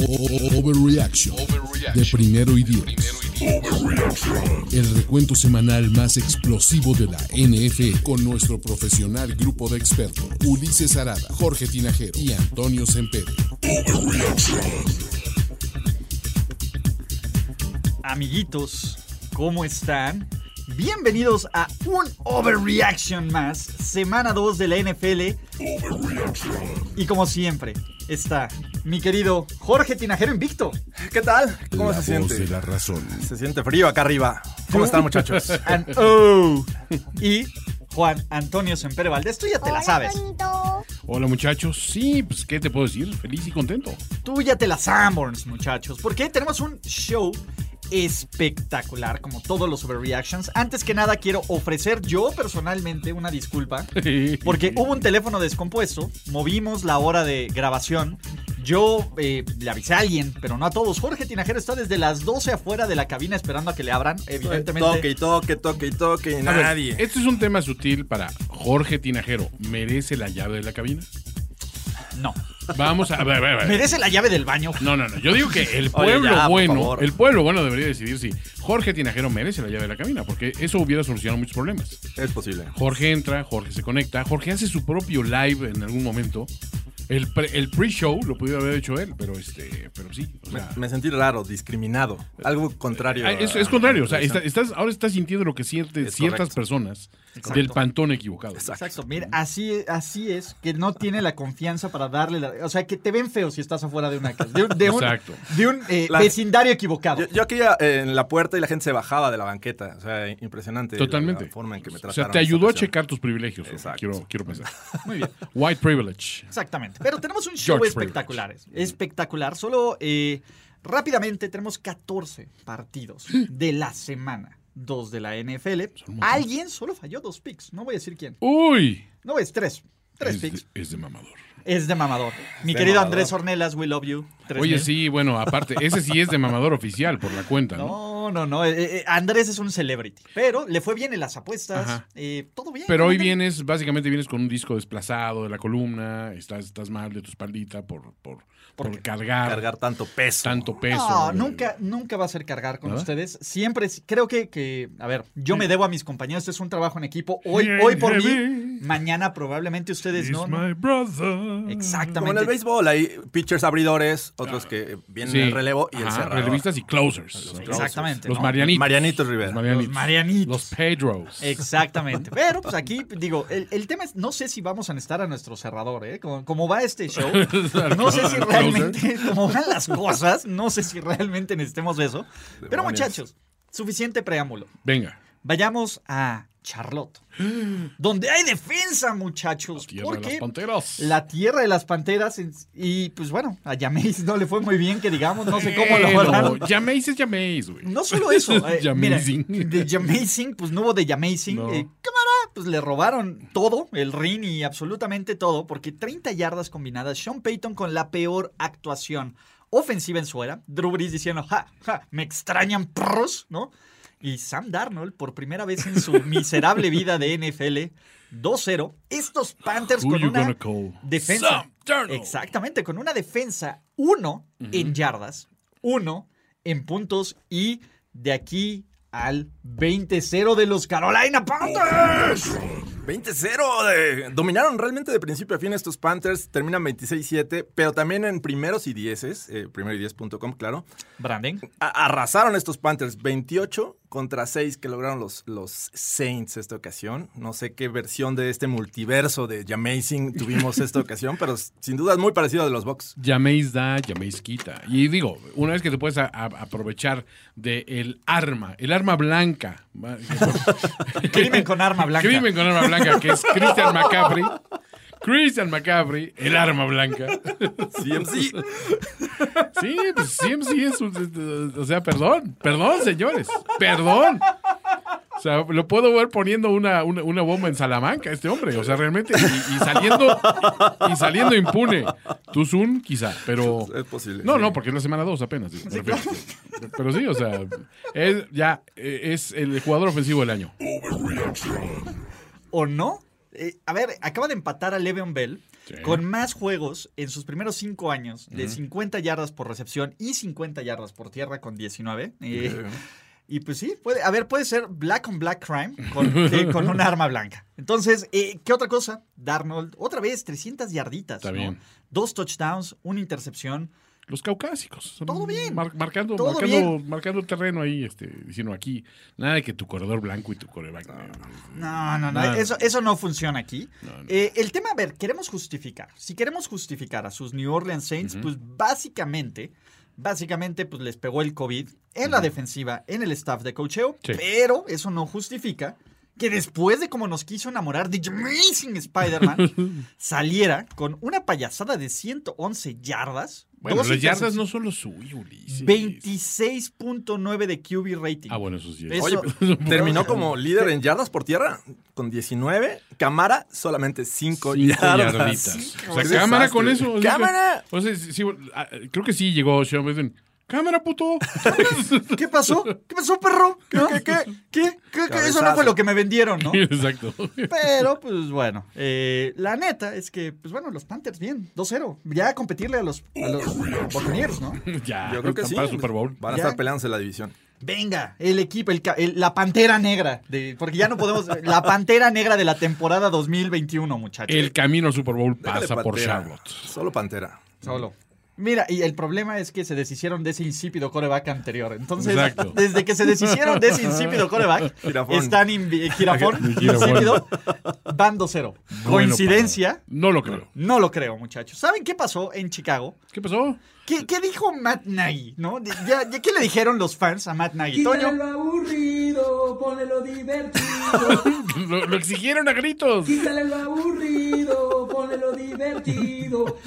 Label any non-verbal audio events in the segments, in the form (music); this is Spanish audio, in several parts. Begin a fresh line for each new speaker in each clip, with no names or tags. O- o- o- Overreaction de primero y diez. El recuento semanal más explosivo de la NFL con nuestro profesional grupo de expertos Ulises Arada, Jorge Tinajero y Antonio Sempere.
Amiguitos, ¿cómo están? Bienvenidos a un Overreaction más, semana 2 de la NFL. Y como siempre, está mi querido Jorge Tinajero Invicto.
¿Qué tal? ¿Cómo
La
se
voz
siente?
de la razón.
Se siente frío acá arriba. ¿Cómo están, muchachos?
And oh, y Juan Antonio Sempere Valdés. Tú ya te la sabes.
Hola muchachos, sí, pues qué te puedo decir, feliz y contento.
Tú ya te la Sanborns, muchachos. Porque tenemos un show espectacular, como todos los Overreactions. Antes que nada, quiero ofrecer yo personalmente una disculpa. Porque hubo un teléfono descompuesto, movimos la hora de grabación. Yo eh, le avisé a alguien, pero no a todos. Jorge Tinajero está desde las 12 afuera de la cabina esperando a que le abran.
Toque y
Evidentemente,
toque, toque y toque y
A ver,
nadie.
Este es un tema sutil para Jorge Tinajero. ¿Merece la llave de la cabina?
no.
Vamos a... a ver, a ver, a ver.
Merece la llave del baño.
No, no, no. Yo digo que el
(laughs)
pueblo
Oye, ya, por
bueno,
favor.
el pueblo bueno debería decidir si Jorge Tinajero merece la llave de la cabina, porque eso hubiera solucionado muchos problemas.
Es posible.
Jorge entra, Jorge se conecta, Jorge hace su propio live en algún momento. El pre- el pre-show lo pudiera haber hecho él, pero este, pero sí. o
Me,
sea,
me sentí raro, discriminado. Algo contrario.
Ah, es,
a-
es contrario, o sea,
a-
está- estás, ahora estás sintiendo lo que sienten
Es
ciertas
correcto.
personas del pantón equivocado.
Exacto. Mira, así, así es que no tiene la confianza para darle la. O sea, que te ven feo si estás afuera de una casa. De un, de un-
Exacto.
de un, eh,
La-
vecindario equivocado.
Yo, yo aquí eh, en la puerta y la gente se bajaba de la banqueta. O sea, impresionante.
Totalmente.
La forma en que me
o
trataron.
sea, te
esa
ayudó a
ocasión.
checar tus privilegios. o sea,
Exacto.
Quiero, quiero pensar. Muy bien. White privilege.
Exactamente. Pero tenemos un show
George
espectacular. Espectacular. Solo eh, rápidamente tenemos 14
(clears throat)
partidos de la semana. Dos de la NFL. Alguien solo falló dos picks. No voy a decir quién.
Uy.
No ves, tres. Tres
Es de,
picks.
es de mamador.
Es de mamador. Mi
de
querido
mamador.
Andrés Ornelas, we love you. Tres
Oye,
mil.
sí, bueno, aparte, ese sí es de mamador oficial por la cuenta, ¿no?
No, no, no. eh, eh, Andrés es un celebrity. Pero le fue bien en las apuestas.
Ajá.
eh, todo bien.
Pero hoy
realmente.
vienes, básicamente vienes con un disco desplazado de la columna, estás, estás mal de tu espaldita por, por, por cargar,
Cargar tanto peso.
tanto peso.
No,
de-
nunca, nunca va a ser cargar con
¿Nada?
ustedes. Siempre, es- creo que, que, a ver, yo me debo a mis compañeros. Este es un trabajo en equipo. Hoy, hoy por mí,
Heavy.
mañana probablemente ustedes
He's
no. no.
my brother.
Como en el
Exactamente.
béisbol, hay pitchers abridores, otros que vienen
Ah. Sí.
en el relevo y el
Ajá,
cerrador.
Relevistas y closers.
Exactamente.
Los
¿no?
Marianitos.
Marianitos Rivera.
Los Marianitos.
Los Marianitos.
Los Pedros. (laughs)
Exactamente. Pero pues aquí, digo, el, el tema es, no sé si vamos a necesitar a nuestro cerrador, ¿eh? Como, como va este
(laughs)
show, no sé si realmente, como van las cosas, no sé si realmente necesitemos eso. Pero
Demonios.
muchachos, suficiente preámbulo.
Venga.
Vayamos a Charlotte, donde hay defensa, muchachos.
Tierra de las
Porque
panteras.
la tierra de las panteras, en- y pues bueno, a Yameis no le fue muy bien, que digamos, no sé cómo lo
Bueno,
lograron.
Llaméis es llaméis, güey.
No solo
(laughs)
eso, eh, mira,
Yamazing.
de Yamazing, pues no hubo de Yamazing.
No.
eh, cámara, pues le robaron todo, el ring y absolutamente todo, porque 30 yardas combinadas, Sean Payton con la peor actuación ofensiva en su era, Drew Brees diciendo, ja, ja, me extrañan perros, ¿no? Y Sam Darnold, por primera vez en
(laughs)
su miserable vida de NFL, 2-0, estos Panthers
Who
con
you
una
gonna call?
defensa.
Sam Darnold.
Exactamente, con una defensa, uno en yardas, uno en puntos y de aquí al 20-0 de los Carolina Panthers.
20-0. de- Dominaron realmente de principio a fin estos Panthers. Terminan 26-7, pero también en primeros y dieces, eh, primero y diez.com, claro.
Brandon,
a- arrasaron estos Panthers. 28 contra 6 que lograron los, los Saints esta ocasión. No sé qué versión de este multiverso de
(laughs)
Amazing tuvimos esta ocasión, pero s- sin duda es muy parecido a de los Bucks.
Llaméis da, llaméis quita. Y digo, una vez que te puedes a- a- aprovechar del arma, el
(laughs)
arma blanca.
crimen con arma blanca. (laughs)
Crimen con arma blanca, que es Christian McCaffrey. Christian McCaffrey, el arma blanca.
CMC.
Sí, pues CMC es un. O sea, perdón, perdón, señores, perdón. O sea, lo puedo ver poniendo una, una, una bomba en Salamanca, este hombre. O sea, realmente, y, y saliendo y saliendo impune. Tuzun, quizá, pero.
Es posible,
No,
sí.
no, porque es la semana 2 apenas. digo, me refiero. Pero sí, o sea, es, ya eh, es el jugador ofensivo del año.
¿O no? Eh, a ver, acaba de empatar a Le'Veon Bell
Sí.
con más juegos en sus primeros cinco años de 50 yardas por recepción y 50 yardas por tierra con 19. Eh, Y pues sí, puede, a ver, puede ser black on black crime
(laughs)
con, eh, con un arma blanca. Entonces, eh, ¿qué otra cosa? Darnold, otra vez 300 yarditas.
Está
¿no?
bien.
Dos touchdowns, una intercepción.
Los caucásicos. Son
Todo bien.
mar- marcando,
Todo
marcando, marcando terreno ahí, este, diciendo aquí, nada de que tu corredor blanco y tu coreback.
No, no, no.
No.
Eso, eso no funciona aquí.
No, no.
Eh, el tema, a ver, queremos justificar. Si queremos justificar a sus New Orleans Saints, pues básicamente, básicamente, pues les pegó el COVID en la defensiva, en el staff de cocheo,
Sí.
pero eso no justifica que después de como nos quiso enamorar de Amazing Spider-Man,
(laughs)
saliera con una payasada de 111 yardas.
Bueno,
dos
las yardas
intercep-
no son lo suyo, Ulises.
26.9 de QB rating.
Ah, bueno, eso sí.
Eso-
Oye,
Oye,
(laughs)
terminó como líder en yardas por tierra con 19. Camara solamente 5
cinco
yardas.
yarditas.
Qué
O sea,
desastre.
cámara con eso. o sea,
Cámara.
O sea, sí, sí, ah, creo que sí llegó Sean Mason. Cámara, puto.
(laughs)
¿Qué pasó? ¿Qué pasó, perro? ¿Qué? ¿Qué? ¿Qué? ¿Qué? ¿Qué? ¿Qué? Eso no
Cabezazo.
fue lo que me vendieron, ¿no?
Exacto.
Pero, pues bueno, eh, la neta es que, pues bueno, los Panthers bien, 2-0. Ya a competirle a los, a los Buccaneers, ¿no?
ya.
Yo creo que
están
sí.
Para Super Bowl.
Van a
Ya.
estar peleándose la división.
Venga, el equipo, el, ca- el- la pantera negra, de, porque ya no podemos, la pantera negra de la temporada 2021, muchachos.
El camino al Super Bowl
Déjale
pasa por
Pantera.
Charlotte.
Solo Pantera.
Solo. Mira, y el problema es que se deshicieron de ese insípido coreback anterior. Entonces,
Exacto.
desde que se deshicieron de ese
(laughs)
insípido coreback,
Girafón.
están invi- eh, girafón,
Girafón.
insípido, van 2-0.
Bueno,
Coincidencia,
para- No lo creo.
no lo creo, muchachos. ¿Saben qué pasó en Chicago?
¿Qué pasó? (laughs)
¿Qué, qué dijo Matt Nagy? ¿no? De- ya- ya- ¿Qué le dijeron los fans a Matt Nagy?
Quítale
Toño,
lo aburrido, ponle lo
(laughs)
divertido.
Lo, lo exigieron a gritos.
Quítale lo aburrido, ponle lo divertido.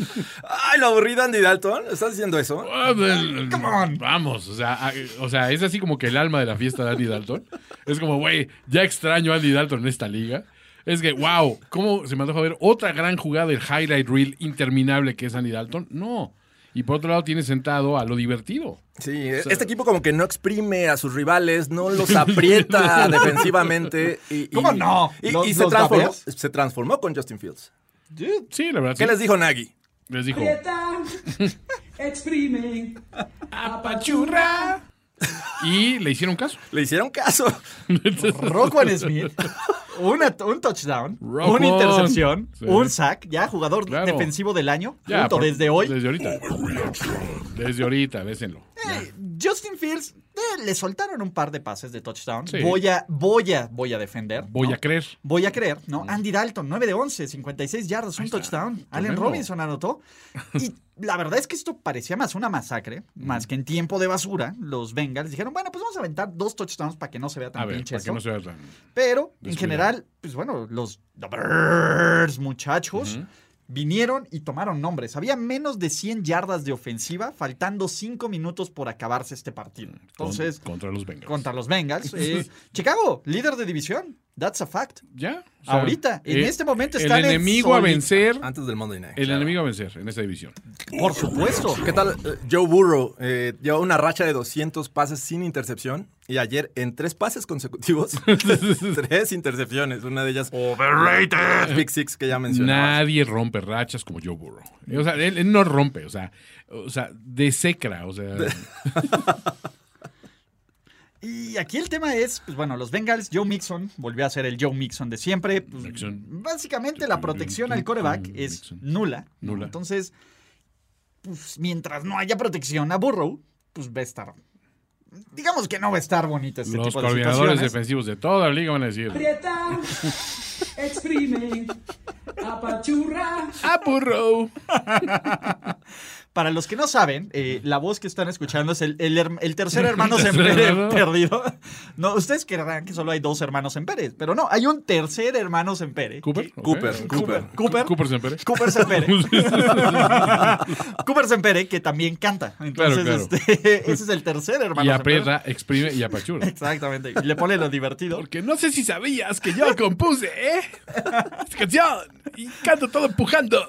Ay, lo aburrido Andy Dalton. ¿Estás diciendo eso?
Ah, del-
Come on.
Vamos, o sea, ah, o sea, es así como que el alma de la fiesta de Andy Dalton. Es como, güey, ya extraño a Andy Dalton en esta liga. Es que, wow, ¿cómo se me antoja ver otra gran jugada del highlight reel interminable que es Andy Dalton? No. Y por otro lado, tiene sentado a lo divertido.
Sí, este equipo como que no exprime a sus rivales, no
(laughs)
los aprieta defensivamente. Y, y-
¿Cómo no?
Y, y
¿Los-
se,
los
transformó,
babeas?
se transformó con Justin Fields.
Sí, la verdad.
¿Qué
sí.
les dijo Nagy?
Les dijo,
Aprietan, exprimen,
¡apachurra! Y le hicieron caso.
Le hicieron caso. (laughs)
(laughs)
Roquan Smith, una- un touchdown,
Roquan.
una intercepción,
Sí.
un sack, ya jugador
Claro.
defensivo del año,
Ya,
punto,
por-
desde hoy.
Desde ahorita. Desde ahorita, bésenlo.
Eh, Justin Fields eh, le soltaron un par de pases de touchdown.
Sí.
Voy a, voy a, voy a defender.
Voy
¿no?
a creer.
Voy a creer, ¿no? Andy Dalton, 9 de 11, 56 yardas, un touchdown. Allen
Tremendo.
Robinson anotó. Y la verdad es que esto parecía más una masacre,
Mm.
más que en tiempo de basura. Los Bengals dijeron, bueno, pues vamos a aventar dos touchdowns para que no se vea tan
A ver,
pinche
para que
eso".
no se vea tan-
Pero, en
Descuidado.
general, pues bueno, los The Birds, muchachos, vinieron y tomaron nombres. Había menos de 100 yardas de ofensiva, faltando 5 minutos por acabarse este partido. Entonces,
Mm, Con- contra los Bengals.
contra los
(laughs)
Bengals, eh, Chicago, líder de división. That's a fact.
Ya. eh,
Ahorita, en este momento están
El
en
enemigo
solita.
a
Ah,
vencer.
Antes del Monday Night.
El enemigo a vencer en esta división.
Por supuesto.
¿Qué tal eh, Joe Burrow? eh, lleva una racha de 200 pases sin intercepción y ayer en tres pases consecutivos, tres intercepciones, una de ellas overrated, Big Six que ya mencionabas.
Nadie rompe rachas como Joe Burrow. Eh, O sea, él, él no rompe, o sea, o sea, desecra,
(laughs)
o sea,
Y aquí el tema es, pues bueno, los Bengals, Joe Mixon volvió a ser el Joe Mixon de siempre. Pues,
Mixon.
Básicamente la protección al coreback es
Mixon.
nula. ¿no?
Nula.
Entonces, pues mientras no haya protección a Burrow, pues va a estar... Digamos que no va a estar bonito este
los
tipo de
coordinadores
situaciones.
defensivos de toda la liga van a decir,
aprietan, exprimen, apachurra.
¡Ah, Burrow!
Para los que no saben, eh, la voz que están escuchando es el, el her- el
(laughs)
tercer hermano
Tercer
Sempere
hermano.
perdido. (laughs) No, ustedes creerán que solo hay dos hermanos Sempere, pero no, hay un tercer hermano Sempere.
¿Cooper? Ok.
Cooper, Cooper.
Cooper.
Cooper Sempere.
Cooper
(laughs)
Sempere. Cooper Sempere, que también canta. Entonces,
Claro, claro.
este, (laughs) ese es el tercer hermano
Y
Sempere.
aprieta, exprime y apachura.
Exactamente. Y le pone lo divertido.
Porque no sé si sabías que yo compuse,
(laughs)
¿eh? Esta canción. Y canto todo empujando.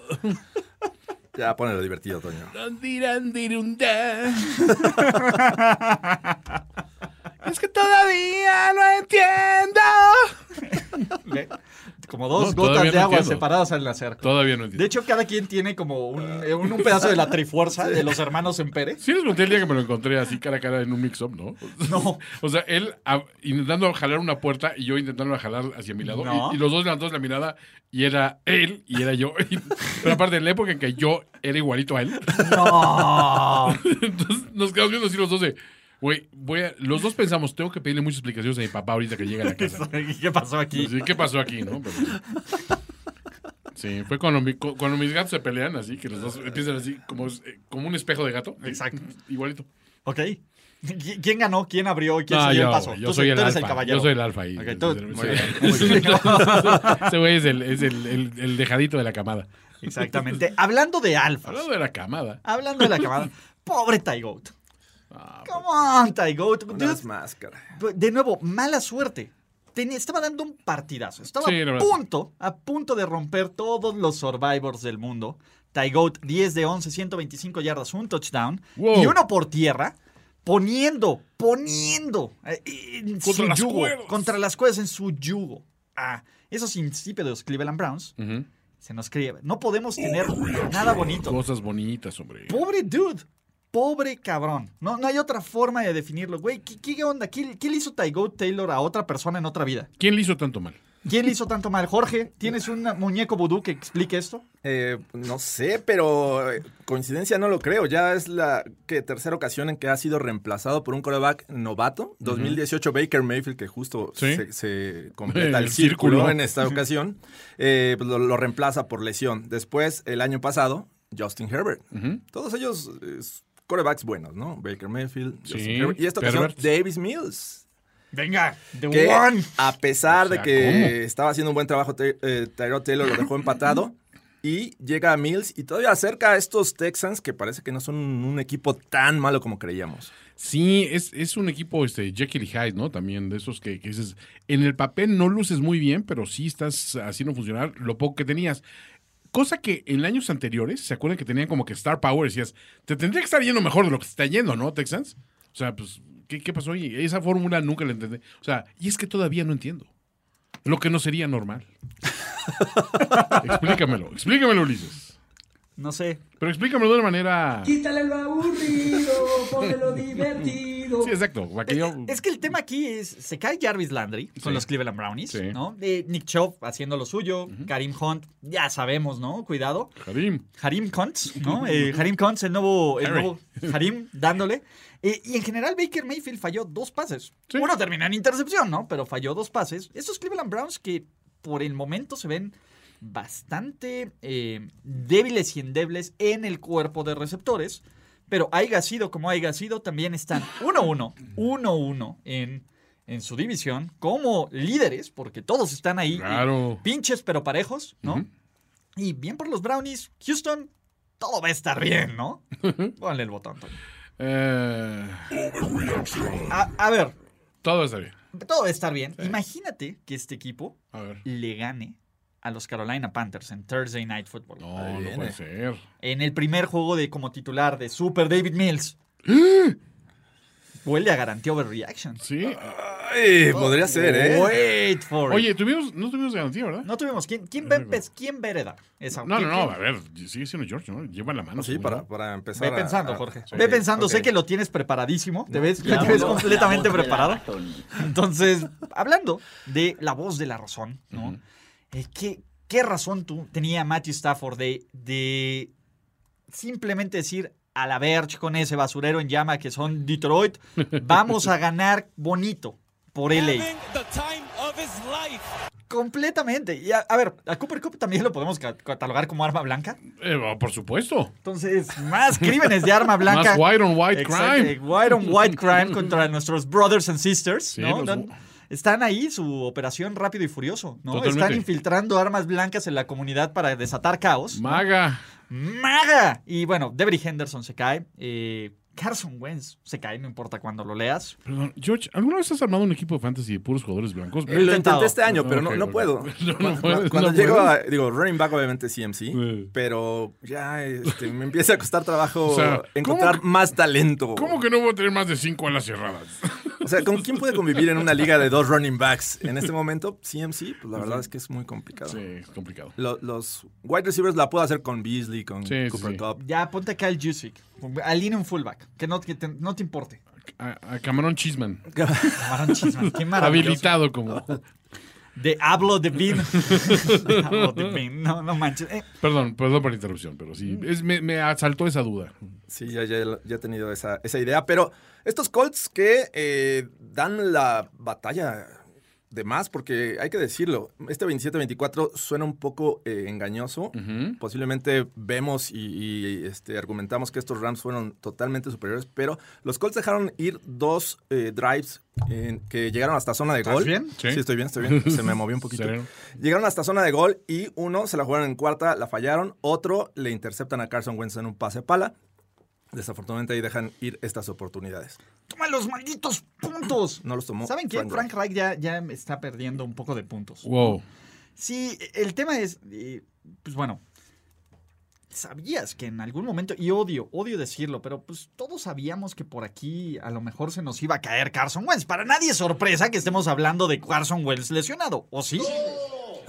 Ya ponelo divertido, Toño.
(laughs)
Andirandirundá. Es que todavía no entiendo.
¿Ve? Como dos
No, todavía
gotas de
no
agua
entiendo.
separadas al nacer.
Todavía no
De
entiendo.
hecho, cada quien tiene como un, eh, un- un pedazo de la trifuerza de los hermanos en (laughs) Pérez.
Sí les conté el día que me lo encontré así cara a cara en un mix-up, ¿no?
No.
(laughs) O sea, él a- intentando jalar una puerta y yo intentando jalar hacia mi lado.
No.
Y, y los dos levantados la mirada y era él y era yo. (laughs) Y- pero aparte, en la época en que yo era igualito a él, (laughs)
No.
entonces nos quedamos viendo así los dos de... Güey, voy a- los dos pensamos, tengo que pedirle muchas explicaciones a mi papá ahorita que llega a la casa.
¿Qué pasó aquí?
Así, Pues, ¿Qué pasó aquí, no? Pero- sí, fue cuando, mi- cu- cuando mis gatos se pelean así, que los dos empiezan así, como, eh, como un espejo de gato.
Exacto.
Igualito.
Ok. ¿Qui- ¿Quién ganó? ¿Quién abrió? ¿Quién
No,
siguió
yo,
el paso?
yo
Tú-
soy el
tú eres
alfa.
el caballero.
Yo soy el alfa ahí.
Ok, tú-
Sí,
muy
sí.
bien, muy bien.
(laughs) Ese güey es, el, es el, el- el dejadito de la camada.
Exactamente. Hablando de alfas.
Hablando de la camada.
Hablando de la camada. Pobre Tygoat.
Ah,
Come on, Tygoat.
Una vez más, caray.
Pues, De nuevo, mala suerte. Tenía- estaba dando un partidazo. Estaba
Sí, la
a
verdad.
punto, a punto de romper todos los survivors del mundo. Tygoat, 10 de 11, 125 yardas, un touchdown.
Wow.
Y uno por tierra, poniendo, poniendo eh, en
Contra
su
las
yugo,
cuerdas.
Contra las cuerdas en su yugo. Ah, esos insípidos Cleveland Browns se nos criaban. No podemos tener nada bonito.
Cosas bonitas, hombre.
Pobre dude. Pobre cabrón. No, no hay otra forma de definirlo, güey. ¿Qué, qué onda? ¿Qué, qué le hizo Tygo Taylor a otra persona en otra vida?
¿Quién le hizo tanto mal?
¿Quién le hizo tanto mal? Jorge, ¿tienes un muñeco vudú que explique esto?
Eh, no sé, pero eh, coincidencia no lo creo. Ya es la que tercera ocasión en que ha sido reemplazado por un coreback novato. 2018 Baker Mayfield, que justo
Sí.
se, se
(laughs)
completa
El
el, círculo,
círculo.
en esta ocasión, eh, pues, lo, lo reemplaza por lesión. Después, el año pasado, Justin Herbert. Todos ellos eh, corebacks buenos, ¿no? Baker Mayfield, Justin
Sí,
Herbert. Y esta ocasión,
Herbert.
Davis Mills
Venga, The
que
One.
a pesar
O
de
sea,
que
¿cómo?
estaba haciendo un buen trabajo, Ty- eh, Tyrod Taylor lo dejó empatado. Y llega a Mills y todavía acerca a estos Texans que parece que no son un equipo tan malo como creíamos.
Sí, es, es un equipo este, Jekyll y Hyde, ¿no? También de esos que, que dices, en el papel no luces muy bien, pero sí estás haciendo funcionar lo poco que tenías. Cosa que en años anteriores, ¿se acuerdan que tenían como que Star Power? Decías, te tendría que estar yendo mejor de lo que se está yendo, ¿no, Texans? O sea, pues, ¿qué, qué pasó ahí? Esa fórmula nunca la entendí. O sea, y es que todavía no entiendo. Lo que no sería normal. explícamelo, explícamelo, Ulises.
No sé.
Pero explícamelo de una manera... Sí,
Quítale lo aburrido, ponle lo divertido.
exacto. para que yo-
Es que el tema aquí es, se cae Jarvis Landry con
Sí.
los Cleveland Brownies,
Sí.
¿no? Eh, Nick Chubb haciendo lo suyo, Karim Hunt, ya sabemos, ¿no? Cuidado.
Karim.
Harim Kuntz,
(laughs)
¿no? Eh, Harim Kuntz, el nuevo, el
Harry.
nuevo Harim, dándole. Eh, y en general, Baker Mayfield falló dos pases.
Sí.
Uno terminó en intercepción, ¿no? Pero falló dos pases. Estos Cleveland Browns que por el momento se ven bastante eh, débiles y endebles en el cuerpo de receptores. Pero haya sido como haya sido, también están 1-1, 1-1 en, en su división como líderes, porque todos están ahí. y
Claro.
Pinches pero parejos, ¿no? Y bien por los Brownies, Houston, todo va a estar bien, ¿no? Ponle el botón, Toño.
Eh,
A, a ver,
todo está bien.
todo va a estar bien. Imagínate que este equipo
A ver.
le gane a los Carolina Panthers en Thursday Night Football.
No, no puede ser.
En el primer juego de como titular de Super David Mills. Huele a garantía overreaction.
Sí.
Ah, Ay, podría ser, ¿eh?
Wait for it.
Oye, tuvimos, no tuvimos garantía, ¿verdad?
No tuvimos. ¿Quién, quién, va, a empe- quién va a heredar esa?
No, no,
¿Quién-
no.
quién?
A ver, sigue siendo George, ¿no? Lleva la mano.
Ah, Sí,
según
para,
yo.
para empezar.
Ve
a-
pensando,
a-
Jorge.
Sí.
Ve pensando, sé
Ok.
que lo tienes preparadísimo. Te ves, te ves completamente preparado. Entonces, hablando de la voz de la razón, ¿no? Eh, ¿qué, qué razón tú tenía Matthew Stafford de, de simplemente decir a la verge con ese basurero en llama que son Detroit, vamos a ganar bonito por LA? Completamente. Y a, a ver, a Cooper Cup también lo podemos ca- catalogar como arma blanca.
Eh, bueno, por supuesto.
Entonces, más crímenes de arma blanca.
(laughs) Más white on white
Exacto,
crime.
eh, White on white
(laughs)
crime contra nuestros brothers and sisters. ¿no?
los-
Dan- Están ahí su operación rápido y furioso, ¿no? Están
Totalmente.
infiltrando armas blancas en la comunidad para desatar caos.
Maga.
¡Maga! Y bueno, Debry Henderson se cae. eh, Carson Wentz se cae, no importa cuándo lo leas.
Perdón, George, ¿alguna vez has armado un equipo de fantasy de puros jugadores blancos?
Eh,
Lo
intentado.
intenté este año, pero
Ok,
no, no
ok.
puedo.
(laughs) No, no
Cuando,
puedes,
cuando
no
llego
puedes.
a, digo, running back obviamente CMC,
Sí.
pero ya este, me empieza a costar trabajo
O sea,
encontrar
¿cómo que-
más talento.
¿Cómo que no voy a tener más de cinco
(laughs)
alas cerradas?
O sea, ¿con quién puede convivir en una liga de dos running backs? En este momento, CMC, pues la verdad es que es muy complicado.
Sí, es complicado.
Lo- los wide receivers la puedo hacer con Beasley, con
Sí, sí,
Cooper
sí.
Cup.
Ya ponte acá el Jusic. Aline un fullback. Que no, que te, no te importe.
A, a Cameron Chisman,
Camarón Chisman,
(laughs)
qué maravilloso.
habilitado como.
De hablo de
(laughs)
Bean. (laughs) De hablo de Bean. No, no manches. Eh,
Perdón, perdón por la interrupción, pero sí.
Mm.
es- me, me asaltó esa duda.
Sí, ya, ya, ya he tenido esa, esa idea. Pero estos Colts que eh, dan la batalla de más, porque hay que decirlo, este 27-24 suena un poco eh, engañoso. Posiblemente vemos y, y, este, argumentamos que estos Rams fueron totalmente superiores, pero los Colts dejaron ir dos eh, drives en- que llegaron hasta zona de gol.
bien?
Sí.
Sí.
estoy bien, estoy bien. Se me movió
(laughs)
un poquito.
Sereno.
Llegaron hasta zona de gol y uno se la jugaron en cuarta, la fallaron. Otro le interceptan a Carson Wentz en un pase pala. Desafortunadamente ahí dejan ir estas oportunidades.
toma los malditos puntos.
No los tomó.
¿Saben qué?
Frank
Frank Reich ya, ya está perdiendo un poco de puntos.
Wow.
Sí, el tema es, eh, pues bueno, sabías que en algún momento, y odio, odio decirlo, pero pues todos sabíamos que por aquí a lo mejor se nos iba a caer Carson Wentz. Para nadie es sorpresa que estemos hablando de Carson Wentz lesionado, ¿o sí?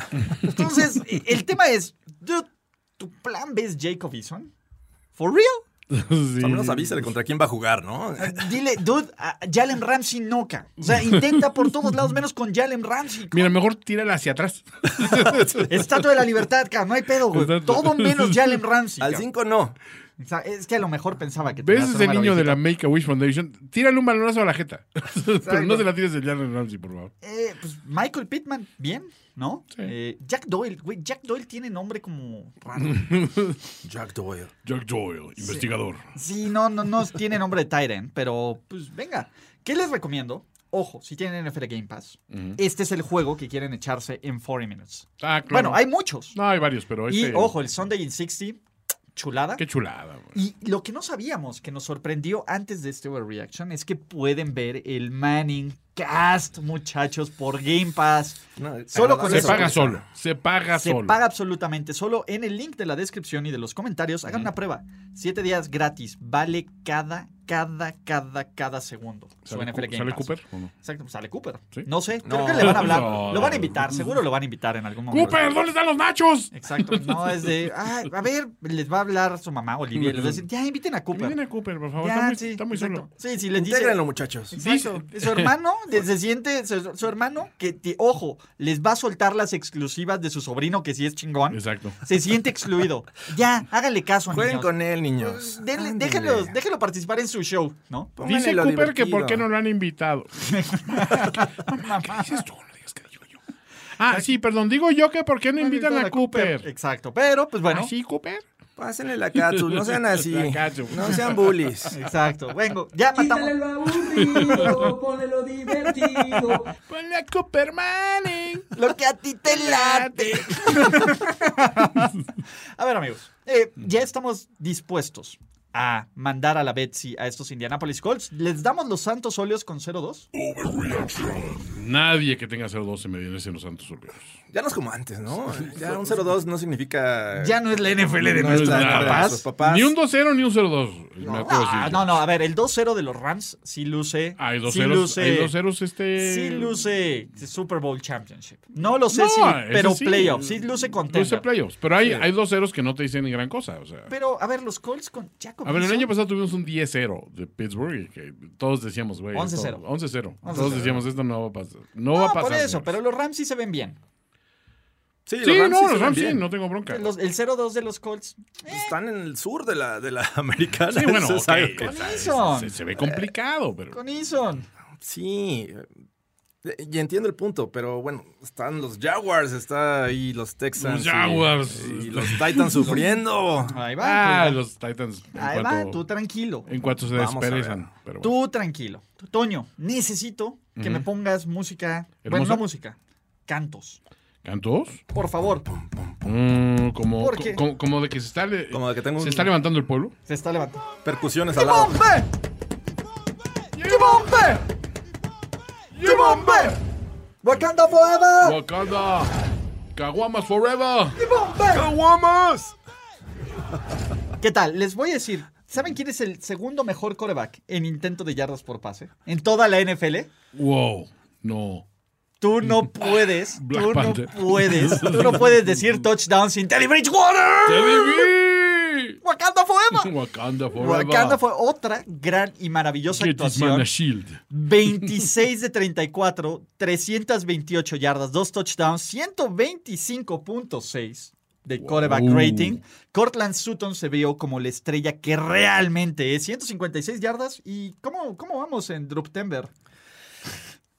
(laughs) Entonces, eh, el tema es, dude, ¿tu plan B es Jacob Eason? ¿For real?
Pues
Al menos avísale contra quién va a jugar, ¿no?
Dile, dude, a Jalen Ramsey noca. O sea, intenta por todos lados, menos con Jalen Ramsey.
Mira, mejor tírala
(laughs)
hacia atrás.
Estatua de la libertad, cabrón, no hay pedo, güey.
Estatua.
Todo menos Jalen Ramsey.
(laughs) Al
cabrón.
5 no.
O sea, es que a lo mejor pensaba que
¿Ves
tenía
ese
número
niño de la
digital.
Make a Wish Foundation? Tírale un balonazo a la jeta. (laughs) Pero no se la tires el Jalen Ramsey, por favor.
Eh, pues Michael Pittman, bien, ¿no?
Sí.
Eh, Jack Doyle, güey, Jack Doyle tiene nombre como raro.
Jack Doyle.
Jack Doyle, investigador.
Sí, no, no, no tiene nombre de Tyrant, pero pues venga. ¿Qué les recomiendo? Ojo, si tienen NFL Game Pass, este es el juego que quieren echarse en 40 minutes.
Ah, claro.
Bueno, hay muchos.
No, hay varios, pero
y
este.
ojo, el Sunday in 60, chulada.
Qué chulada, güey.
Y lo que no sabíamos, que nos sorprendió antes de este overreaction, es que pueden ver el Manning Cast, muchachos, por Game Pass.
No,
Solo
agradable
con
Se
eso.
paga solo. Se paga
Se
solo.
paga absolutamente solo en el link de la descripción y de los comentarios. Hagan una prueba. Siete días gratis. Vale cada, cada, cada, cada segundo. Su
¿Sale,
NFL
Cooper-
Game
¿sale
Pass.
Cooper? ¿o no?
Exacto, pues sale Cooper.
¿Sí?
No sé, creo
No.
que le van a
(laughs)
hablar.
No.
Lo van a invitar, seguro lo van a invitar en algún momento.
¡Cooper! ¿Dónde están los nachos?
Exacto, no es de, "Ay, a ver, les va a hablar su mamá Olivia, y les va a decir, ya inviten a Cooper.
Viene a Cooper, por favor.
Ya,
está muy,
sí,
está muy
exacto.
solo.
Sí, sí, les dice.
Intégrenlo, muchachos.
Exacto. Su
(laughs)
hermano de- se siente, su, su hermano, que, te- ojo, les va a soltar las exclusivas de su sobrino, que sí es chingón.
Exacto.
Se siente
(laughs)
excluido. Ya, hágale caso,
Jueguen
niños.
con él, niños.
Denle-
Ándele.
déjenlos- déjenlo participar en su show, ¿no?
Pónganle
Pues, Dice
lo
Cooper que
divertido.
por qué no lo
(laughs)
han invitado. Mamá, ¿qué dices tú? No digas que digo yo. Ah, sí, perdón. Digo yo que por qué no invitan a Cooper.
Exacto, pero pues bueno.
¿Ah, sí, Cooper?
Pásenle la catsup, no sean así.
(laughs) La catsup.
No sean bullies.
Exacto, vengo, ya
Quítale
matamos.
lo
(laughs)
aburrido, ponle lo divertido.
Ponle a Cooper Manning.
Lo que a ti te late. (laughs) A ver, amigos, eh, ya estamos dispuestos a mandar a la Betsy a estos Indianapolis Colts. ¿Les damos los santos óleos con 0-2?
Nadie que tenga 0-2 se me viene en los santos olvidos.
Ya no es como antes, ¿no? Ya un 0-2 no significa.
Ya no es la NFL de
No
nuestros
es la NFL de
papás.
nuestros papás.
Ni un 2-0 ni un 0-2. me atrevo a decir
Ah,
yo.
no, no, a ver, el 2-0 de los Rams sí luce.
Hay dos
sí
ceros.
luce-
Hay dos ceros este.
Sí luce Super Bowl Championship. No lo sé
No,
si,
ese
pero
sí.
playoffs. Sí luce
Luce
contento.
playoffs. Pero hay, hay dos ceros que no te dicen ni gran cosa. O sea.
Pero, a ver, los Colts con Jacob.
A ver, el
Eason-
año pasado tuvimos un 10-0 de Pittsburgh y que todos decíamos, güey.
11-0.
esto- 11-0. Todos decíamos, esto no va a pasar. No,
No,
va a pasar.
por eso,
señores.
pero los Rams sí se ven bien.
Sí,
Sí,
Rams
no,
se
los
ven
Rams sí,
bien. Pues,
no tengo bronca.
Los- el 0-2 de los Colts.
Están en el sur de la, de la americana.
Sí, bueno,
Eso es
ok,
algo que-
o sea,
Con Eason.
se, se ve complicado, pero.
Con Eason.
Sí, Eh, Y entiendo el punto, pero bueno, están los Jaguars, está ahí los Texans.
Los Jaguars.
Y, y los Titans
(laughs)
sufriendo.
Ahí va. pues,
Ah,
tú.
los Titans. En
Ahí va, tú
cuanto,
tranquilo.
en cuanto se
Vamos a ver.
desperezan. Pero bueno.
Tú tranquilo. Toño, necesito que me pongas música. Bueno,
¿Hermosa?
no música. Cantos.
¿Cantos?
Por favor.
Mm, como,
¿Por qué?
como, como de que se está, le-
Como de que tengo
se
un-
está levantando el pueblo.
Se está levantando.
Percusiones
¡Qué
al lado.
bombe! ¡Qué bombe! ¡Qué bombe! ¡Wakanda forever!
Wakanda. Caguamas forever.
¡Qué bombe!
¡Caguamas!
¿Qué tal? Les voy a decir. ¿Saben quién es el segundo mejor coreback en intento de yardas por pase? En toda la NFL.
Wow. No.
Tú no puedes,
Black
tú
Panther.
no
(laughs)
puedes, tú no puedes decir touchdown sin Teddy Bridgewater.
¡Te
Wakanda forever.
Wakanda (laughs) forever.
Wakanda fue otra gran y maravillosa
Get this man
actuación.
a shield.
26 de 34, 328 yardas, 2 touchdowns, 125.6 de quarterback
Wow.
rating. Cortland Sutton se vio como la estrella que realmente es. 156 yardas y ¿cómo, cómo vamos en Druptember?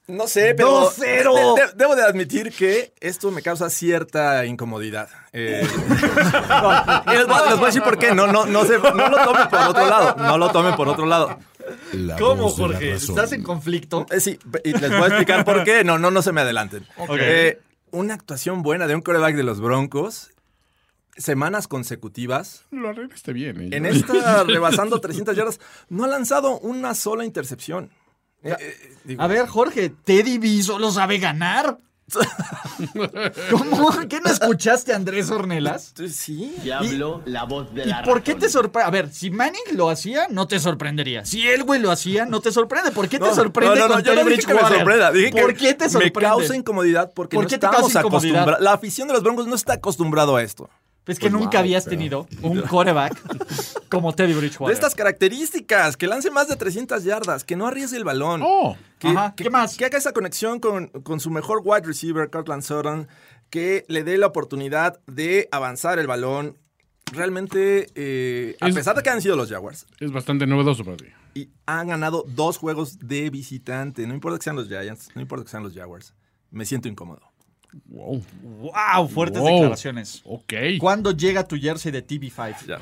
No sé, pero.
2-0.
de- de- debo de admitir que esto me causa cierta incomodidad.
(laughs)
Eh, y les, voy, a- les voy a decir por qué. No, no, no, se- no lo tomen por otro lado. No lo tomen por otro lado.
La
¿Cómo,
voz de la
Jorge?
razón.
¿Estás en conflicto?
Eh, sí, y les voy a explicar por qué. No, no, no se me adelanten. Eh, una actuación buena de un coreback de los Broncos, semanas consecutivas.
Lo arreglaste bien. ¿eh?
este?
En esta, rebasando 300 yardas, no ha lanzado una sola intercepción. Eh, eh, digo,
A ver, Jorge, Teddy B solo sabe
(laughs)
ganar. ¿Cómo? ¿Qué no escuchaste, Andrés Ornelas?
sí.
Diablo, la voz de
¿Y
la
por qué
razón.
te sorprende? A ver, si Manning lo hacía, no te sorprendería. Si Elway lo hacía, no te sorprende. ¿Por qué te sorprende
no, no,
con
yo
Teddy
no dije que me
Bridgewater?
sorprenda. Dije que
¿Por qué te sorprende?
Me causa incomodidad porque
¿Por
no
qué te causa
estamos
incomodidad?
acostumbrados. La afición de los Broncos no está acostumbrado a esto.
Es Pues
Pues
que nunca habías tenido un coreback
(laughs)
como Teddy Bridgewater.
De estas características, que lance más de 300 yardas, que no arriesgue el balón.
Oh.
Que,
Ajá,
que-
¿qué más?
Que haga esa conexión con, con su mejor wide receiver, Cortland Sutton, que le dé la oportunidad de avanzar el balón. Realmente, eh, a
Es-
pesar de que han sido los Jaguars,
Es bastante novedoso para ti.
y han ganado dos juegos de visitante. No importa que sean los Giants, no importa que sean los Jaguars. Me siento incómodo.
Wow.
¡Wow! Fuertes
Wow.
declaraciones.
Ok.
¿Cuándo llega tu jersey de TV5?
Ya.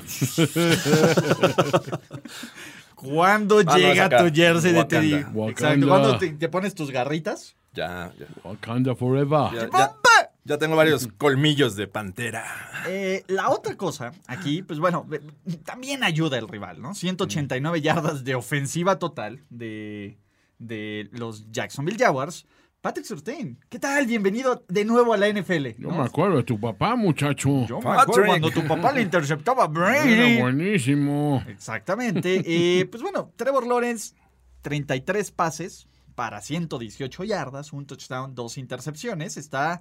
¿Cuándo
Ah, no,
llega
es acá.
tu jersey
Wakanda.
de TV?
Wakanda.
Exacto. ¿Cuándo te, te pones tus garritas?
Ya, ya.
Wakanda forever.
Eh, Ya, ya- ya tengo varios colmillos de pantera.
Eh, la otra cosa aquí, pues bueno, ve- también ayuda el rival, ¿no? 189 yardas de ofensiva total de, de los Jacksonville Jaguars. Patrick Surtain, ¿qué tal? Bienvenido de nuevo a la NFL.
Yo
¿no?
me acuerdo de tu papá, muchacho.
Yo me acuerdo
Patrick.
cuando tu papá le interceptaba a
Era
Brady.
buenísimo.
Exactamente. Eh, pues bueno, Trevor Lawrence, 33 pases para 118 yardas, un touchdown, dos intercepciones. Está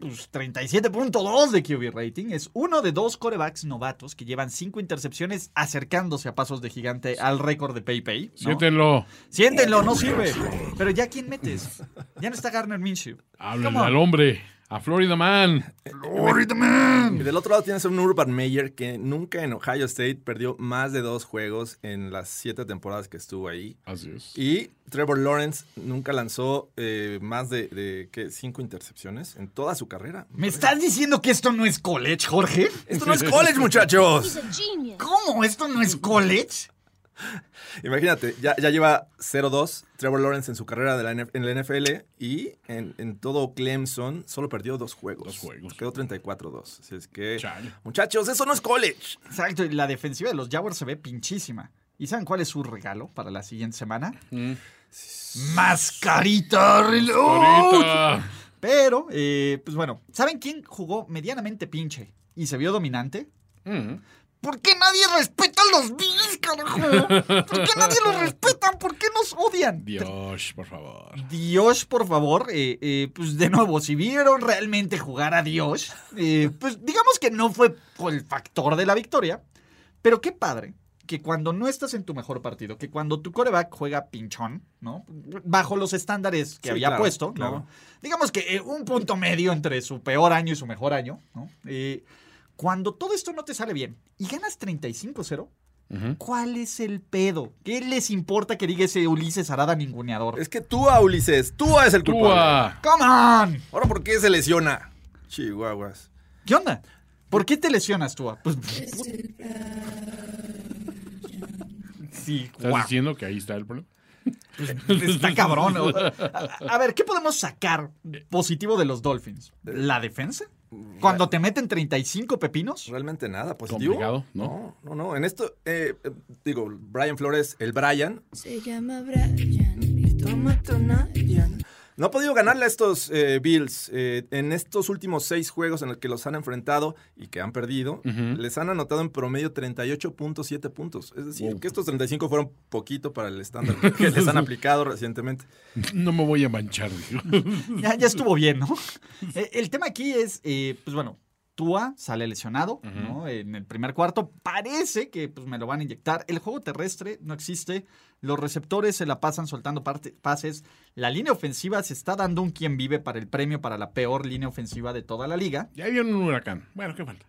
pues, 37.2 de QB rating. Es uno de dos corebacks novatos que llevan cinco intercepciones acercándose a pasos de gigante al récord de PayPay.
Siéntenlo.
Siéntenlo, no sirve. Pero ya quién metes. Ya no está Garner Minshew.
Háblenle
Come on. Eh,
al hombre. A Florida Man.
Y del otro lado tienes a un Urban Meyer que nunca en Ohio State perdió más de dos juegos en las siete temporadas que estuvo ahí.
Así es.
Y Trevor Lawrence nunca lanzó eh, más de, de, ¿qué? cinco intercepciones en toda su carrera.
¿Me estás diciendo que esto no es college, Jorge?
Esto no es college, muchachos.
¿Cómo? ¿Esto no es college?
Imagínate, ya, ya lleva 0-2 Trevor Lawrence en su carrera de la NF en la NFL y en, en todo Clemson solo perdió dos juegos.
Dos juegos.
Quedó 34-2. Así es que,
Chale.
muchachos, eso no es college.
Exacto, y la defensiva de los Jaguars se ve pinchísima. ¿Y saben cuál es su regalo para la siguiente semana? Mascarita Reload.
Ahorita.
Pero, eh, pues bueno, ¿saben quién jugó medianamente pinche y se vio dominante? ¿Por qué nadie respeta a los Bills, carajo? ¿Por qué nadie los respetan? ¿Por qué nos odian?
Dios, por favor.
Dios, por favor, eh, eh, pues de nuevo, si vieron realmente jugar a Dios, eh, pues digamos que no fue el factor de la victoria, pero qué padre que cuando no estás en tu mejor partido, que cuando tu coreback juega pinchón, ¿no? Bajo los estándares que
Sí,
había
claro,
puesto, ¿no?
claro.
Digamos que eh, un punto medio entre su peor año y su mejor año, ¿no? Eh, cuando todo esto no te sale bien y ganas 35-0, ¿Cuál es el pedo? ¿Qué les importa que diga ese Ulises Arada ninguneador?
Es que Tua, Ulises, Tua es el culpable.
Tua.
¡Come on!
Ahora, ¿por qué se lesiona? Chihuahuas.
¿Qué onda? ¿Por qué te lesionas tú? Pues, sí,
¿Estás
guau. pues,
diciendo que ahí está el problema?
Está cabrón. ¿no? A, a- a ver, ¿qué podemos sacar positivo de los Dolphins? ¿La defensa? Cuando te meten 35 pepinos.
Realmente nada positivo.
Complicado,
No, no,
¿no?
no. En esto, eh, eh, digo, Brian Flores, el Brian,
Se llama Brian y toma Tonayan.
no ha podido ganarle a estos eh, Bills. Eh, en estos últimos seis juegos en los que los han enfrentado y que han perdido, les han anotado en promedio 38.7 puntos. Es decir, que estos 35 fueron poquito para el estándar (laughs) que les
(laughs)
han aplicado recientemente.
No me voy a manchar, digo. (laughs)
Ya, ya estuvo bien, ¿no? Eh, El tema aquí es, eh, pues bueno, Tua sale lesionado, ¿no? En el primer cuarto. Parece que pues, me lo van a inyectar. El juego terrestre no existe. Los receptores se la pasan soltando parte- pases. La línea ofensiva se está dando un quien vive para el premio para la peor línea ofensiva de toda la liga.
(laughs) Ya viene un huracán. Bueno, qué falta.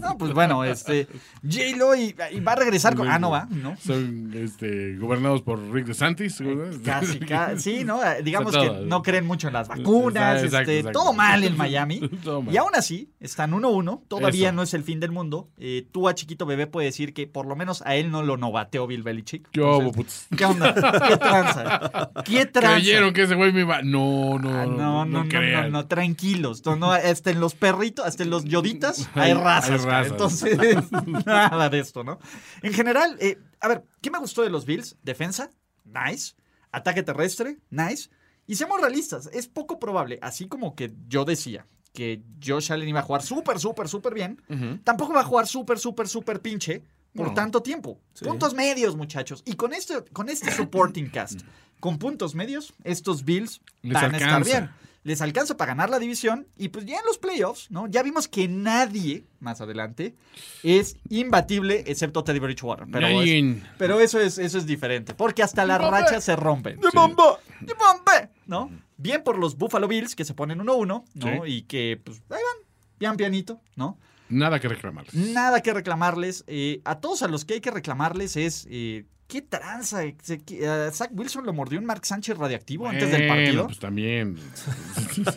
No, pues bueno, este. J-Lo y, y va a regresar con. Ah, no va, ¿no?
Son este, gobernados por Rick DeSantis. ¿verdad?
Eh,
(laughs)
Casi, ca- sí, ¿no? Eh, Digamos que
Está todo.
no creen mucho en las vacunas,
Exacto,
este,
exacto.
todo mal en Miami.
(laughs) Todo mal.
Y aún así, están 1-1, todavía
Eso.
no es el fin del mundo. Eh, tú a Chiquito Bebé puede decir que por lo menos a él no lo novateó Bill Belichick.
¿Qué
Entonces,
hubo, putz?
¿Qué onda? ¿Qué tranza? ¿Qué tranza?
(laughs) Creyeron que ese güey me iba. No, no,
Ah,
no, no,
no,
crean.
no, tranquilos. No, no, hasta en los perritos, hasta en los yoditas hay
Hay-
razas.
hay
cara.
razas.
Entonces, (laughs) nada de esto, ¿no? En general, eh, a ver, ¿qué me gustó de los Bills? Defensa, nice. Ataque terrestre, nice. Y seamos realistas, es poco probable, así como que yo decía que Josh Allen iba a jugar súper, súper, súper bien, tampoco va a jugar súper, súper, súper pinche por tanto tiempo. Puntos medios, muchachos. Y con, este, con este supporting
(laughs)
cast, con puntos medios, estos Bills
Les
van a estar
alcanza.
bien. Les alcanza para ganar la división y pues ya en los playoffs, ¿no? Ya vimos que nadie, más adelante, es imbatible excepto Teddy Bridgewater. Pero, es-
Nadie.
pero eso, es, eso es diferente, porque hasta las
Mbappé.
rachas se rompen. ¡De Mbappé! ¿No? Bien por los Buffalo Bills que se ponen 1-1, ¿no? Y que pues ahí van, pian pianito, ¿no?
Nada que reclamarles.
Nada que reclamarles. eh, a todos a los que hay que reclamarles es. eh, ¿Qué tranza? Se- que- a Zach Wilson lo mordió un Mark Sánchez radiactivo antes del
Bueno,
partido.
Pues también. (laughs)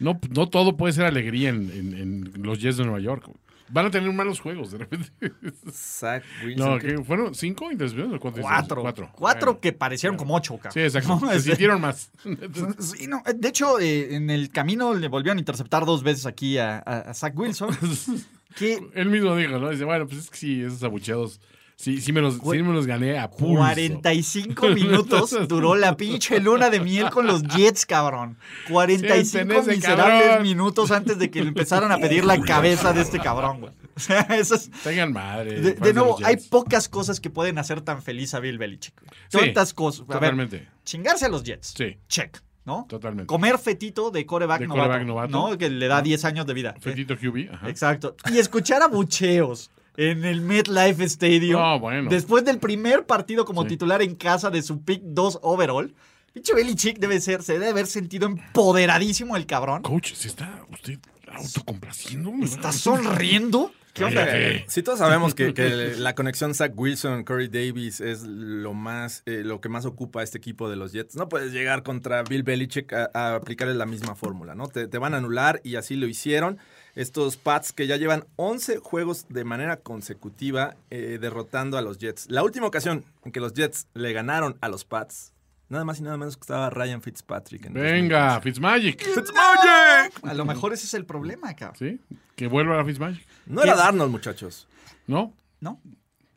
no, no todo puede ser alegría en, en- en los Jets de Nueva York. Van a tener malos juegos de repente.
Zach Wilson.
No, ¿qué? ¿fueron cinco intercepciones o cuántas?
Cuatro.
Cuatro.
Cuatro,
Bueno.
que parecieron como ocho, cabrón.
Sí, exacto.
(laughs) No,
Se
este-
sintieron más. (laughs)
Sí, no, eh, De hecho, eh, en el camino le volvieron a interceptar dos veces aquí a, a- a Zach
(laughs)
Wilson. que
Él mismo dijo, ¿no? Dice, bueno, pues es que sí, esos abucheados, sí, sí me los, sí me los gané a pulso. (laughs)
45 minutos duró la pinche luna de miel con los Jets, cabrón. 45
Sienten ese
miserables
cabrón.
minutos antes de que le empezaron a pedir la cabeza de este cabrón, güey. (laughs) O sea, eso es-
Tengan madre.
De,
fans
de nuevo,
los Jets.
hay pocas cosas que pueden hacer tan feliz a Bill Belichick. güey.
Sí,
Tantas cosas. A ver, eh,
Totalmente.
chingarse a los Jets.
Sí.
Check, ¿no?
Totalmente.
Comer fetito de coreback
De
novato.
quarterback novato.
¿No? Que le da 10 años de vida.
Fetito QB.
Eh,
Ajá.
Exacto. Y escuchar a bucheos en el MetLife Stadium.
No, Ah, bueno.
Después del primer partido como titular en casa de su pick 2 overall. Pinche Belichick debe ser, se debe haber sentido empoderadísimo el cabrón.
Coach, ¿se está usted autocomplaciendo?
Está sonriendo. ¿Qué onda?
Cállate.
Sí, todos sabemos
(laughs)
que, que la conexión Zach Wilson, Curry Davis es lo más, eh, lo que más ocupa a este equipo de los Jets. No puedes llegar contra Bill Belichick a, a aplicarle la misma fórmula, ¿no? Te, te van a anular y así lo hicieron. Estos Pats que ya llevan 11 juegos de manera consecutiva eh, derrotando a los Jets. La última ocasión en que los Jets le ganaron a los Pats, nada más y nada menos que estaba Ryan Fitzpatrick. en
Venga, Fitzmagic.
2015.
A lo mejor ese es el problema, cabrón.
¿Sí? Que vuelva a Fitzmagic.
No era darnos, muchachos.
¿No?
¿No?